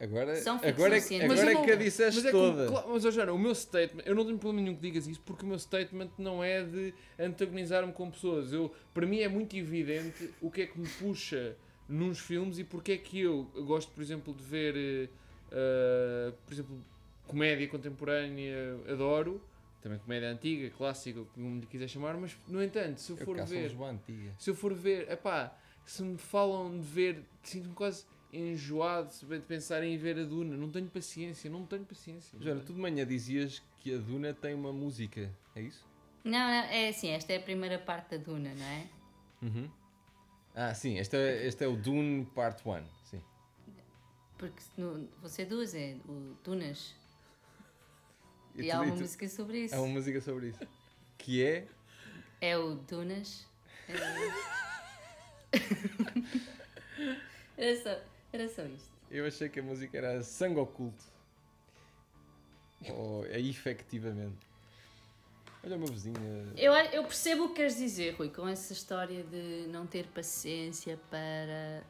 Speaker 2: Agora,
Speaker 4: São ficção
Speaker 2: agora, é, que-
Speaker 4: científica.
Speaker 3: Mas
Speaker 2: agora
Speaker 3: eu
Speaker 2: é
Speaker 3: não-
Speaker 2: que a disseste
Speaker 3: Mas é que,
Speaker 2: toda.
Speaker 3: claro, mas ó, Jana, o meu statement, eu não tenho problema nenhum que digas isso, porque o meu statement não é de antagonizar-me com pessoas. Eu, para mim é muito evidente o que é que me puxa nos filmes e porque é que eu gosto, por exemplo, de ver, eh, eh, por exemplo, comédia contemporânea, adoro. Também comédia antiga, clássica, como lhe quiser chamar, mas, no entanto, se eu
Speaker 2: Eu um
Speaker 3: for
Speaker 2: caço
Speaker 3: ver...
Speaker 2: uma antiga.
Speaker 3: Se eu for ver, epá, se me falam de ver, sinto-me quase enjoado se bem de pensar em ver a Duna. Não tenho paciência, não tenho paciência.
Speaker 2: Joana, tu de manhã dizias que a Duna tem uma música, é isso?
Speaker 4: Não, não, é assim, esta é a primeira parte da Duna, não é?
Speaker 2: Ah, sim, este é, este é o Dune Part 1. Sim.
Speaker 4: Porque se no, você duas é o Dunas. E,
Speaker 2: tu-
Speaker 4: há uma
Speaker 2: tu-
Speaker 4: música sobre isso.
Speaker 2: há É uma música sobre isso. Que é.
Speaker 4: É o Dunas. É- era, só, era só isto.
Speaker 2: Eu achei que a música era Sangue Oculto. Ou é efetivamente. Olha o meu vizinho. é-
Speaker 4: Eu, eu percebo o que queres dizer, Rui, com essa história de não ter paciência para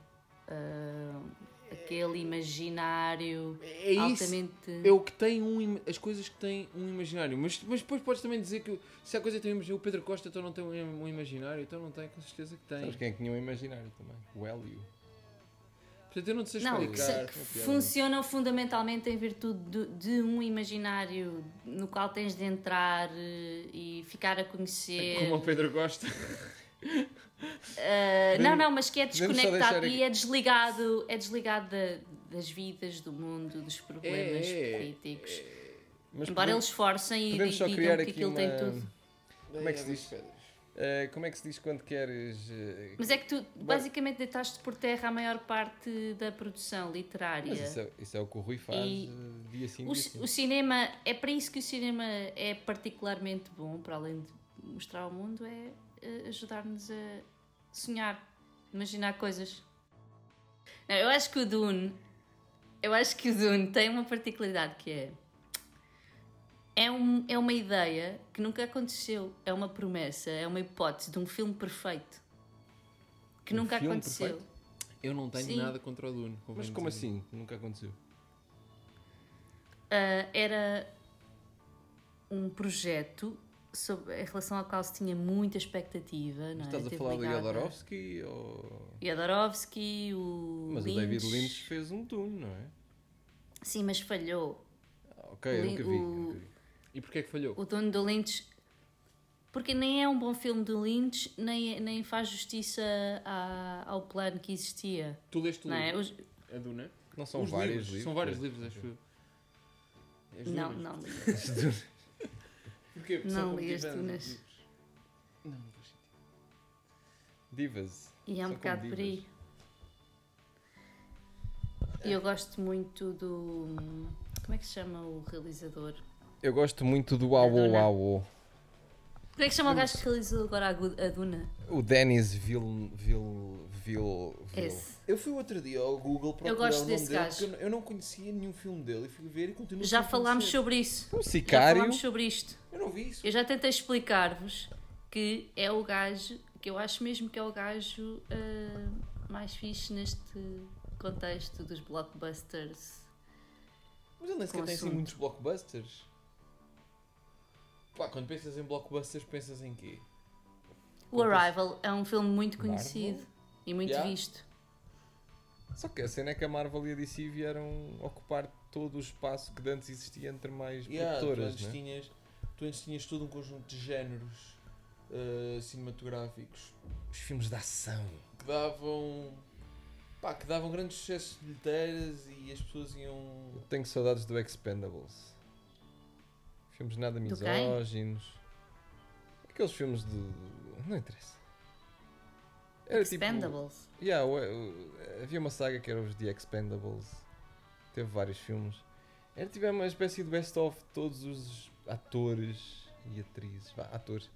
Speaker 4: ah, aquele imaginário
Speaker 3: É isso.
Speaker 4: altamente.
Speaker 3: É o que tem um, im- as coisas que têm um imaginário. Mas, mas depois podes também dizer que se há coisa que tem um imaginário, o Pedro Costa então não tem um, im- um imaginário, então não tem, com certeza que tem.
Speaker 2: Sabes quem é que tinha um imaginário também? O Hélio. é?
Speaker 3: Portanto, eu não te sei
Speaker 4: Não, que, se-
Speaker 3: explicar.
Speaker 4: que funcionam fundamentalmente em virtude do- de, um imaginário no qual tens de entrar eh, e ficar a conhecer.
Speaker 3: Como o Pedro Costa.
Speaker 4: Eh, não, não, mas que é
Speaker 2: podemos só
Speaker 4: desconectado
Speaker 2: deixar
Speaker 4: e é desligado, é desligado da- das vidas, do mundo, dos problemas
Speaker 3: É, é,
Speaker 4: políticos.
Speaker 2: Mas
Speaker 4: Embora
Speaker 2: podemos-
Speaker 4: eles forcem e
Speaker 2: podemos só
Speaker 4: digam
Speaker 2: criar
Speaker 4: que
Speaker 2: aqui
Speaker 4: aquilo
Speaker 2: uma.
Speaker 4: tem tudo.
Speaker 2: Como é que se diz? Eh, como é que se diz quando queres. eh,
Speaker 4: Mas é que tu basicamente deitaste por terra a maior parte da produção literária.
Speaker 2: Mas isso é, isso é o que o Rui faz
Speaker 4: E-
Speaker 2: eh, dia sim,
Speaker 4: O,
Speaker 2: dia
Speaker 4: ci-
Speaker 2: sim.
Speaker 4: o cinema, é para isso que o cinema é particularmente bom, para além de mostrar ao mundo, é eh, ajudar-nos a sonhar, imaginar coisas. Não, eu acho que o Dune, eu acho que o Dune tem uma particularidade que é é, um, é uma ideia que nunca aconteceu, é uma promessa, é uma hipótese de um filme perfeito que
Speaker 2: Um
Speaker 4: nunca
Speaker 2: filme
Speaker 4: aconteceu.
Speaker 2: perfeito?
Speaker 3: Eu não tenho
Speaker 4: Sim.
Speaker 3: nada contra o Duno.
Speaker 2: Mas como assim? Nunca aconteceu.
Speaker 4: Ah, era um projeto sobre, em relação ao qual se tinha muita expectativa. Não é?
Speaker 2: Estás a
Speaker 4: Teve
Speaker 2: falar do
Speaker 4: ligada- é?
Speaker 2: Jodorowsky ou.
Speaker 4: Jodorowsky, o.
Speaker 2: Mas o
Speaker 4: Lynch.
Speaker 2: David Lynch fez um Dune, não é?
Speaker 4: Sim, mas falhou.
Speaker 2: Ah, Ok, eu
Speaker 4: Lin-
Speaker 2: nunca vi. eu
Speaker 4: o-
Speaker 2: nunca vi.
Speaker 3: E porquê é que falhou?
Speaker 4: O dono do Lynch. Porque nem é um bom filme do Lynch, nem, nem faz justiça à- ao plano que existia.
Speaker 3: Tu leste o
Speaker 4: Não é?
Speaker 3: livro,
Speaker 4: Os-
Speaker 3: a Duna?
Speaker 2: Não são eh,
Speaker 5: Os
Speaker 2: vários
Speaker 5: livros,
Speaker 2: livros.
Speaker 5: São vários livros, acho eu. É as
Speaker 4: Não,
Speaker 5: dunas.
Speaker 4: não li.
Speaker 5: Porquê? Porque
Speaker 4: Não
Speaker 5: são
Speaker 4: li as
Speaker 5: competitivas,
Speaker 4: dunas.
Speaker 3: ah,
Speaker 5: livros. Não, não faz sentido.
Speaker 2: Divas.
Speaker 4: E é um
Speaker 2: São
Speaker 4: bocado
Speaker 2: como
Speaker 4: por aí. E eu gosto muito do. Como é que se chama o realizador?
Speaker 2: Eu gosto muito do Au Au
Speaker 4: Duna.
Speaker 2: Au Au.
Speaker 4: Como é que se chama o gajo que realizou agora a, Gu- a Duna?
Speaker 2: O Dennis Vil... Vil... Vil... Vil.
Speaker 4: Esse.
Speaker 3: Eu fui outro dia ao Google procurar
Speaker 4: gosto
Speaker 3: o nome
Speaker 4: desse
Speaker 3: dele,
Speaker 4: gajo.
Speaker 3: porque eu não- eu não conhecia nenhum filme dele e fui ver e continuo
Speaker 4: Já
Speaker 3: sem
Speaker 4: falámos
Speaker 3: conhecer.
Speaker 4: sobre isso.
Speaker 2: Um
Speaker 4: Já
Speaker 2: sicário.
Speaker 4: falámos sobre isto.
Speaker 3: Eu não vi isso.
Speaker 4: Eu já tentei explicar-vos que é o gajo, que eu acho mesmo que é o gajo ah, mais fixe neste contexto dos blockbusters.
Speaker 3: Mas ele nem sequer
Speaker 4: Com
Speaker 3: tem assim
Speaker 4: assunto.
Speaker 3: muitos blockbusters. Pá, quando pensas em blockbusters, pensas em quê?
Speaker 4: O Arrival é um filme muito
Speaker 2: Marvel?
Speaker 4: conhecido e muito
Speaker 3: Yeah.
Speaker 4: visto.
Speaker 2: Só que a cena é que a Marvel e a DC vieram ocupar todo o espaço que de antes existia entre mais
Speaker 3: Yeah, tu,
Speaker 2: produtoras,
Speaker 3: antes
Speaker 2: né?
Speaker 3: tinhas, tu antes tinhas todo um conjunto de géneros eh, cinematográficos
Speaker 2: Os filmes de ação.
Speaker 3: que davam. Pá, que davam grandes sucessos de bilheteiras e as pessoas iam.
Speaker 2: Eu tenho saudades do Expendables. Filmes nada
Speaker 4: quem?
Speaker 2: misóginos. Aqueles filmes de... Não interessa. Era tipo-
Speaker 4: Expendables.
Speaker 2: Yeah, o- o- havia uma saga que era os The Expendables. Teve vários filmes. Era tipo uma espécie de best-of de todos os atores e atrizes. Vá, atores.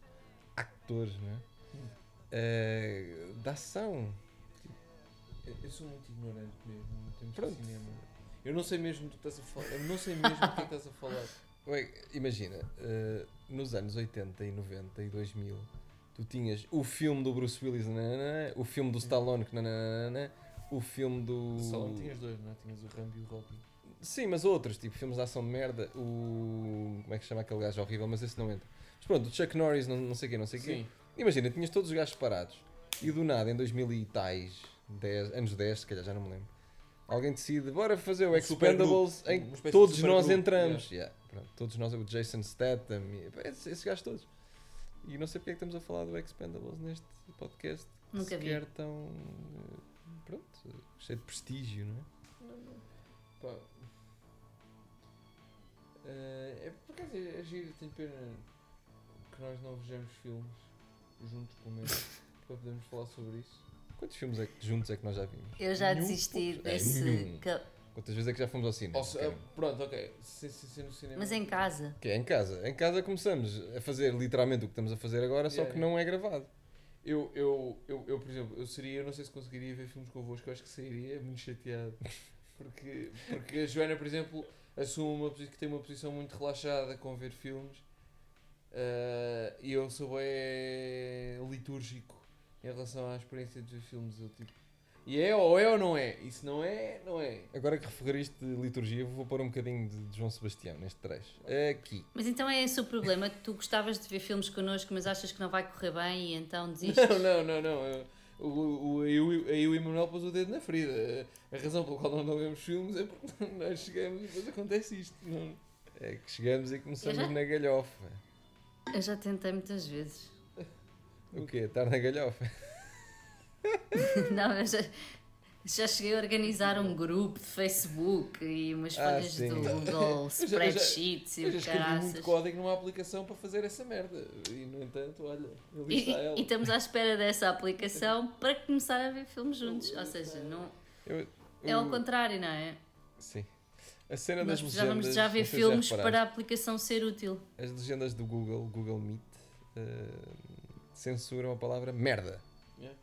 Speaker 2: Actores, né? Eh, da ação.
Speaker 3: Eu- Eu sou muito ignorante mesmo em termos
Speaker 2: Pronto.
Speaker 3: de cinema. Eu não sei mesmo do que estás a falar. Eu não sei mesmo do que estás a falar.
Speaker 2: Ué, imagina, eh, nos anos 80 e 90 e 2000, tu tinhas o filme do Bruce Willis, nananana, o filme do Stallone, que nananana, o filme do.
Speaker 3: Só tinhas dois, não é? Tinhas o Rambo e o Rocky.
Speaker 2: Sim, mas outros, tipo filmes de ação de merda, o. Como é que se chama aquele gajo horrível? Mas esse não entra. Mas pronto, o Chuck Norris, não, não sei o quê, não sei o quê.
Speaker 3: Sim.
Speaker 2: Imagina, tinhas todos os gajos separados e do nada, em 2000 e tais, 10, anos 10, se calhar já não me lembro, alguém decide, bora fazer o
Speaker 3: Um supergrupo,
Speaker 2: Expendables em
Speaker 3: uma
Speaker 2: que
Speaker 3: espécie de
Speaker 2: todos
Speaker 3: supergrupo,
Speaker 2: nós entramos. Yeah, pronto, todos nós, o Jason Statham, e- pá, esses, esses gajos todos. E não sei porque é que estamos a falar do Expendables neste podcast.
Speaker 4: Nunca vi.
Speaker 2: sequer tão. eh, Pronto, cheio de prestígio, não é?
Speaker 3: Pá. Eh, é por acaso é, é giro, tenho pena que nós não vejamos filmes juntos, pelo menos, para podermos falar sobre isso.
Speaker 2: Quantos filmes é que- juntos é que nós já vimos?
Speaker 4: Eu já
Speaker 2: Nenhum
Speaker 4: desisti
Speaker 2: puto- é,
Speaker 4: desse.
Speaker 2: nenhum.
Speaker 4: ca-
Speaker 2: Quantas vezes é que já fomos ao cinema?
Speaker 3: Ou se-
Speaker 2: Caramba.
Speaker 3: ah, pronto, ok, sem ser no cinema.
Speaker 4: Mas em casa.
Speaker 2: Que é em casa. Em casa começamos a fazer literalmente o que estamos a fazer agora, só
Speaker 3: Yeah,
Speaker 2: que
Speaker 3: yeah.
Speaker 2: não é gravado.
Speaker 3: Eu, eu, eu, eu, por exemplo, eu seria, eu não sei se conseguiria ver filmes convosco, eu acho que sairia muito chateado. Porque, porque a Joana, por exemplo, assume uma posição que tem uma posição muito relaxada com ver filmes ah, e eu sou bem litúrgico em relação à experiência de ver filmes. Eu, tipo, e é ou é ou não é? E se não é, não é.
Speaker 2: Agora que referiste liturgia, vou pôr um bocadinho de de João Sebastião neste trecho. Aqui.
Speaker 4: Mas então é esse o problema, que tu gostavas de ver filmes connosco, mas achas que não vai correr bem e então desistes.
Speaker 3: Não, não, não, não. Eu, o, o, aí, o, aí o Emanuel pôs o dedo na ferida. A razão pela qual nós não vemos filmes é porque nós chegamos e depois acontece isto. Não,
Speaker 2: É que chegamos e
Speaker 4: Eu
Speaker 2: começamos
Speaker 4: já-
Speaker 2: na galhofa.
Speaker 4: Eu já tentei muitas vezes.
Speaker 2: O quê? Estar na galhofa?
Speaker 4: Não, eu já, já cheguei a organizar um grupo de Facebook e umas
Speaker 2: Ah,
Speaker 4: folhas
Speaker 2: sim.
Speaker 4: do Google
Speaker 3: já-
Speaker 4: Spreadsheets e
Speaker 3: Eu já
Speaker 4: o
Speaker 3: escrevi muito
Speaker 4: caraças.
Speaker 3: um código numa aplicação para fazer essa merda. E no entanto, olha, ali
Speaker 4: E,
Speaker 3: está
Speaker 4: então- e-
Speaker 3: ela.
Speaker 4: e estamos à espera dessa aplicação para começar a ver filmes juntos. Ou seja, não,
Speaker 2: Eu-
Speaker 4: é ao
Speaker 2: eu-
Speaker 4: contrário, não é?
Speaker 2: Sim. A cena
Speaker 4: Nós
Speaker 2: das
Speaker 4: precisávamos
Speaker 2: legendas.
Speaker 4: de já ver
Speaker 2: não sei se
Speaker 4: filmes
Speaker 2: reparaste.
Speaker 4: para a aplicação ser útil.
Speaker 2: As legendas do Google, Google Meet, eh, censuram a palavra merda.
Speaker 3: Yeah.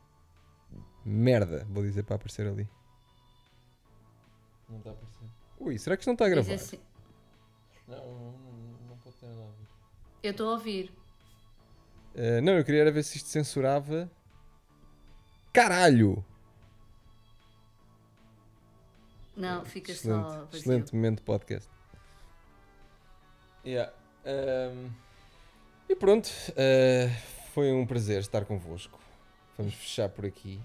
Speaker 2: Merda, vou dizer para aparecer ali.
Speaker 3: Não está a aparecer.
Speaker 2: Ui, será que isto não está a
Speaker 4: Mas
Speaker 2: gravar?
Speaker 4: é assim,
Speaker 3: Não, não, não, não pode ter nada a ver.
Speaker 4: eu estou a ouvir.
Speaker 2: Eh, não, eu queria era ver se isto censurava. Caralho!
Speaker 4: Não, fica só
Speaker 2: excelente,
Speaker 4: vazio.
Speaker 2: excelente momento de podcast.
Speaker 3: Yeah. Ahm,
Speaker 2: um, E pronto, eh, foi um prazer estar convosco. Vamos fechar por aqui.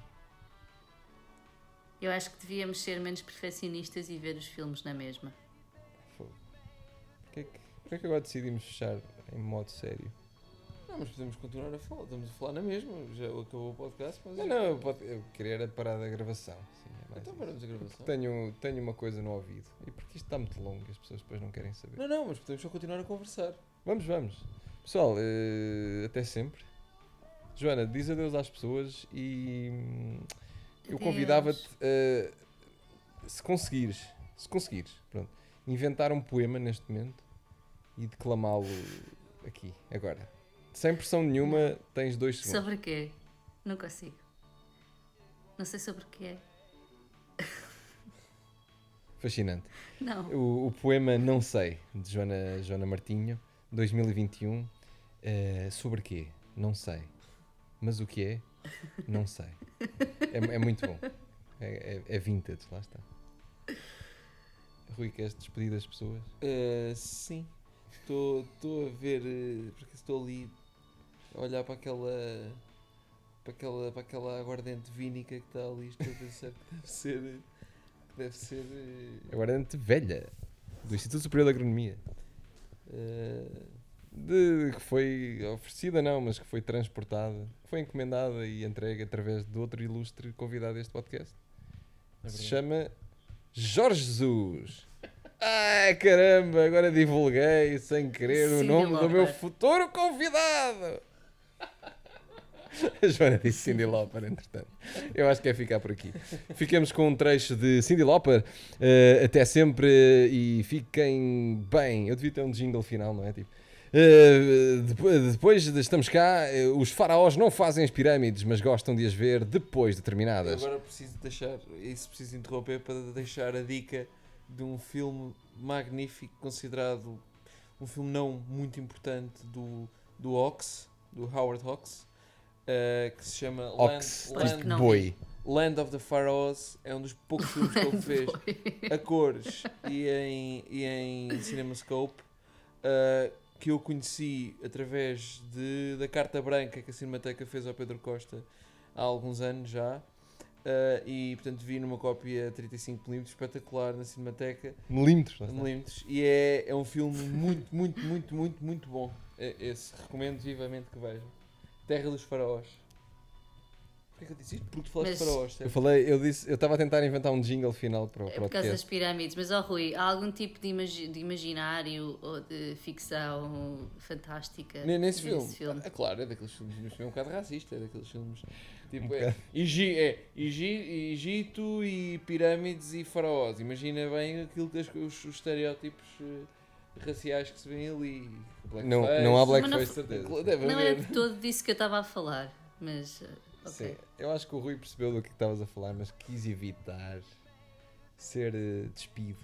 Speaker 4: Eu acho que devíamos ser menos perfeccionistas e ver os filmes na mesma.
Speaker 2: é Fogo. Porquê que, porquê que agora decidimos fechar em modo sério?
Speaker 3: não, Não, mas podemos continuar a falar. Estamos a falar na mesma. Já acabou o podcast, mas.
Speaker 2: Não, não, eu, pode- eu queria era parar da gravação. Sim, é mais
Speaker 3: Então
Speaker 2: isso.
Speaker 3: paramos a gravação.
Speaker 2: tenho, tenho uma coisa no ouvido. E porque isto está muito longo, as pessoas depois não querem saber.
Speaker 3: Não, não, mas podemos só continuar a conversar.
Speaker 2: Vamos, vamos. Pessoal, eh, até sempre. Joana, diz adeus às pessoas e hum, eu
Speaker 4: Adeus.
Speaker 2: convidava-te eh, se conseguires, se conseguires, pronto, inventar um poema neste momento e declamá-lo aqui, agora. Sem pressão nenhuma, tens dois segundos.
Speaker 4: Sobre quê? Não consigo. Não sei sobre o que é.
Speaker 2: Fascinante.
Speaker 4: Não.
Speaker 2: O, o poema Não Sei, de Joana, Joana Martinho, 2021. eh, sobre quê? Não sei. Mas o que é? Não sei. É, é muito bom. É, é, é vintage, lá está. Rui, queres despedir das pessoas?
Speaker 3: Ah, sim. Estou estou a ver. eh, Porque estou ali a olhar para aquela. Para aquela, para aquela aguardente vínica que está ali. Estou a pensar que deve ser. eh, Que deve ser. eh,
Speaker 2: Aguardante velha, do Instituto Superior de Agronomia.
Speaker 3: eh,
Speaker 2: De, que foi oferecida, não, mas que foi transportada, que foi encomendada e entregue através de outro ilustre convidado deste podcast. que se chama Jorge Jesus. Ai caramba, agora divulguei sem querer o
Speaker 4: Sim,
Speaker 2: nome do
Speaker 4: Lopes.
Speaker 2: meu futuro convidado. A Joana disse Cindy Lauper, entretanto. Eu acho que é ficar por aqui. Ficamos com um trecho de Cindy Lauper. Eh, até sempre eh, e fiquem bem. Eu devia ter um jingle final, não é? Tipo, eh, depo- depois de estamos cá, eh, os faraós não fazem as pirâmides, mas gostam de as ver depois de
Speaker 3: eu
Speaker 2: terminadas.
Speaker 3: agora preciso deixar. Isso preciso interromper para deixar a dica de um filme magnífico, considerado um filme não muito importante do, do Ox, do Howard Hawks, eh, que se chama Land-
Speaker 2: Ox,
Speaker 3: Land,
Speaker 4: Acho que não.
Speaker 2: boi.
Speaker 3: Land of the Pharaohs é um dos poucos filmes que ele fez a cores e em, e em CinemaScope ah, que eu conheci através de, da carta branca que a Cinemateca fez ao Pedro Costa há alguns anos já ah, e portanto vi numa cópia 35mm espetacular na Cinemateca
Speaker 2: Milímetros. lá está.
Speaker 3: milímetros e é, é um filme muito, muito, muito, muito, muito bom. É- Esse recomendo vivamente que vejam. Terra dos Faraós. Porquê que eu disse isto? Porque tu falaste de
Speaker 4: Mas-
Speaker 3: faraós,
Speaker 2: Eu
Speaker 3: certo?
Speaker 2: falei, eu disse, eu estava a tentar inventar um jingle final para o
Speaker 4: É por causa das
Speaker 2: podcast.
Speaker 4: pirâmides, mas ó Rui, há algum tipo de, imagi- de imaginário ou de ficção fantástica
Speaker 3: Ne- Nesse filme.
Speaker 4: nesse filme?
Speaker 3: É claro, é daqueles filmes. Mas é um bocado racista, é daqueles filmes. Tipo,
Speaker 2: Um
Speaker 3: é, Egi- é, Egi- Egito e pirâmides e faraós. Imagina bem aquilo que as- os, os estereótipos eh, raciais que se vêem ali.
Speaker 2: Não, não há
Speaker 4: Blackface,
Speaker 2: blackface,
Speaker 4: não-
Speaker 2: certeza.
Speaker 3: Deve
Speaker 4: Não era
Speaker 3: haver.
Speaker 4: de todo disso que eu estava a falar, mas uh, ok.
Speaker 2: Sim, eu acho que o Rui percebeu do que estavas a falar, mas quis evitar ser eh, despido,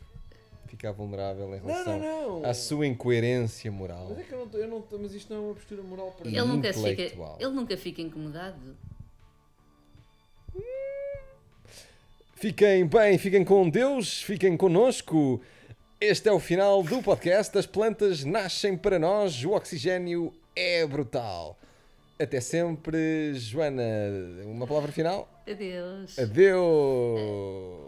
Speaker 2: ficar vulnerável em
Speaker 3: Não,
Speaker 2: relação
Speaker 3: não, não.
Speaker 2: à sua incoerência moral.
Speaker 3: Mas é que eu não, tô- eu não tô- mas isto não é uma postura moral para
Speaker 2: E
Speaker 4: Ele nunca, fica,
Speaker 2: intelectual.
Speaker 4: ele nunca fica incomodado.
Speaker 2: Fiquem bem, fiquem com Deus, fiquem connosco. Este é o final do podcast. As plantas nascem para nós, o oxigênio é brutal. Até sempre, Joana. Uma palavra final?
Speaker 4: Adeus.
Speaker 2: Adeus!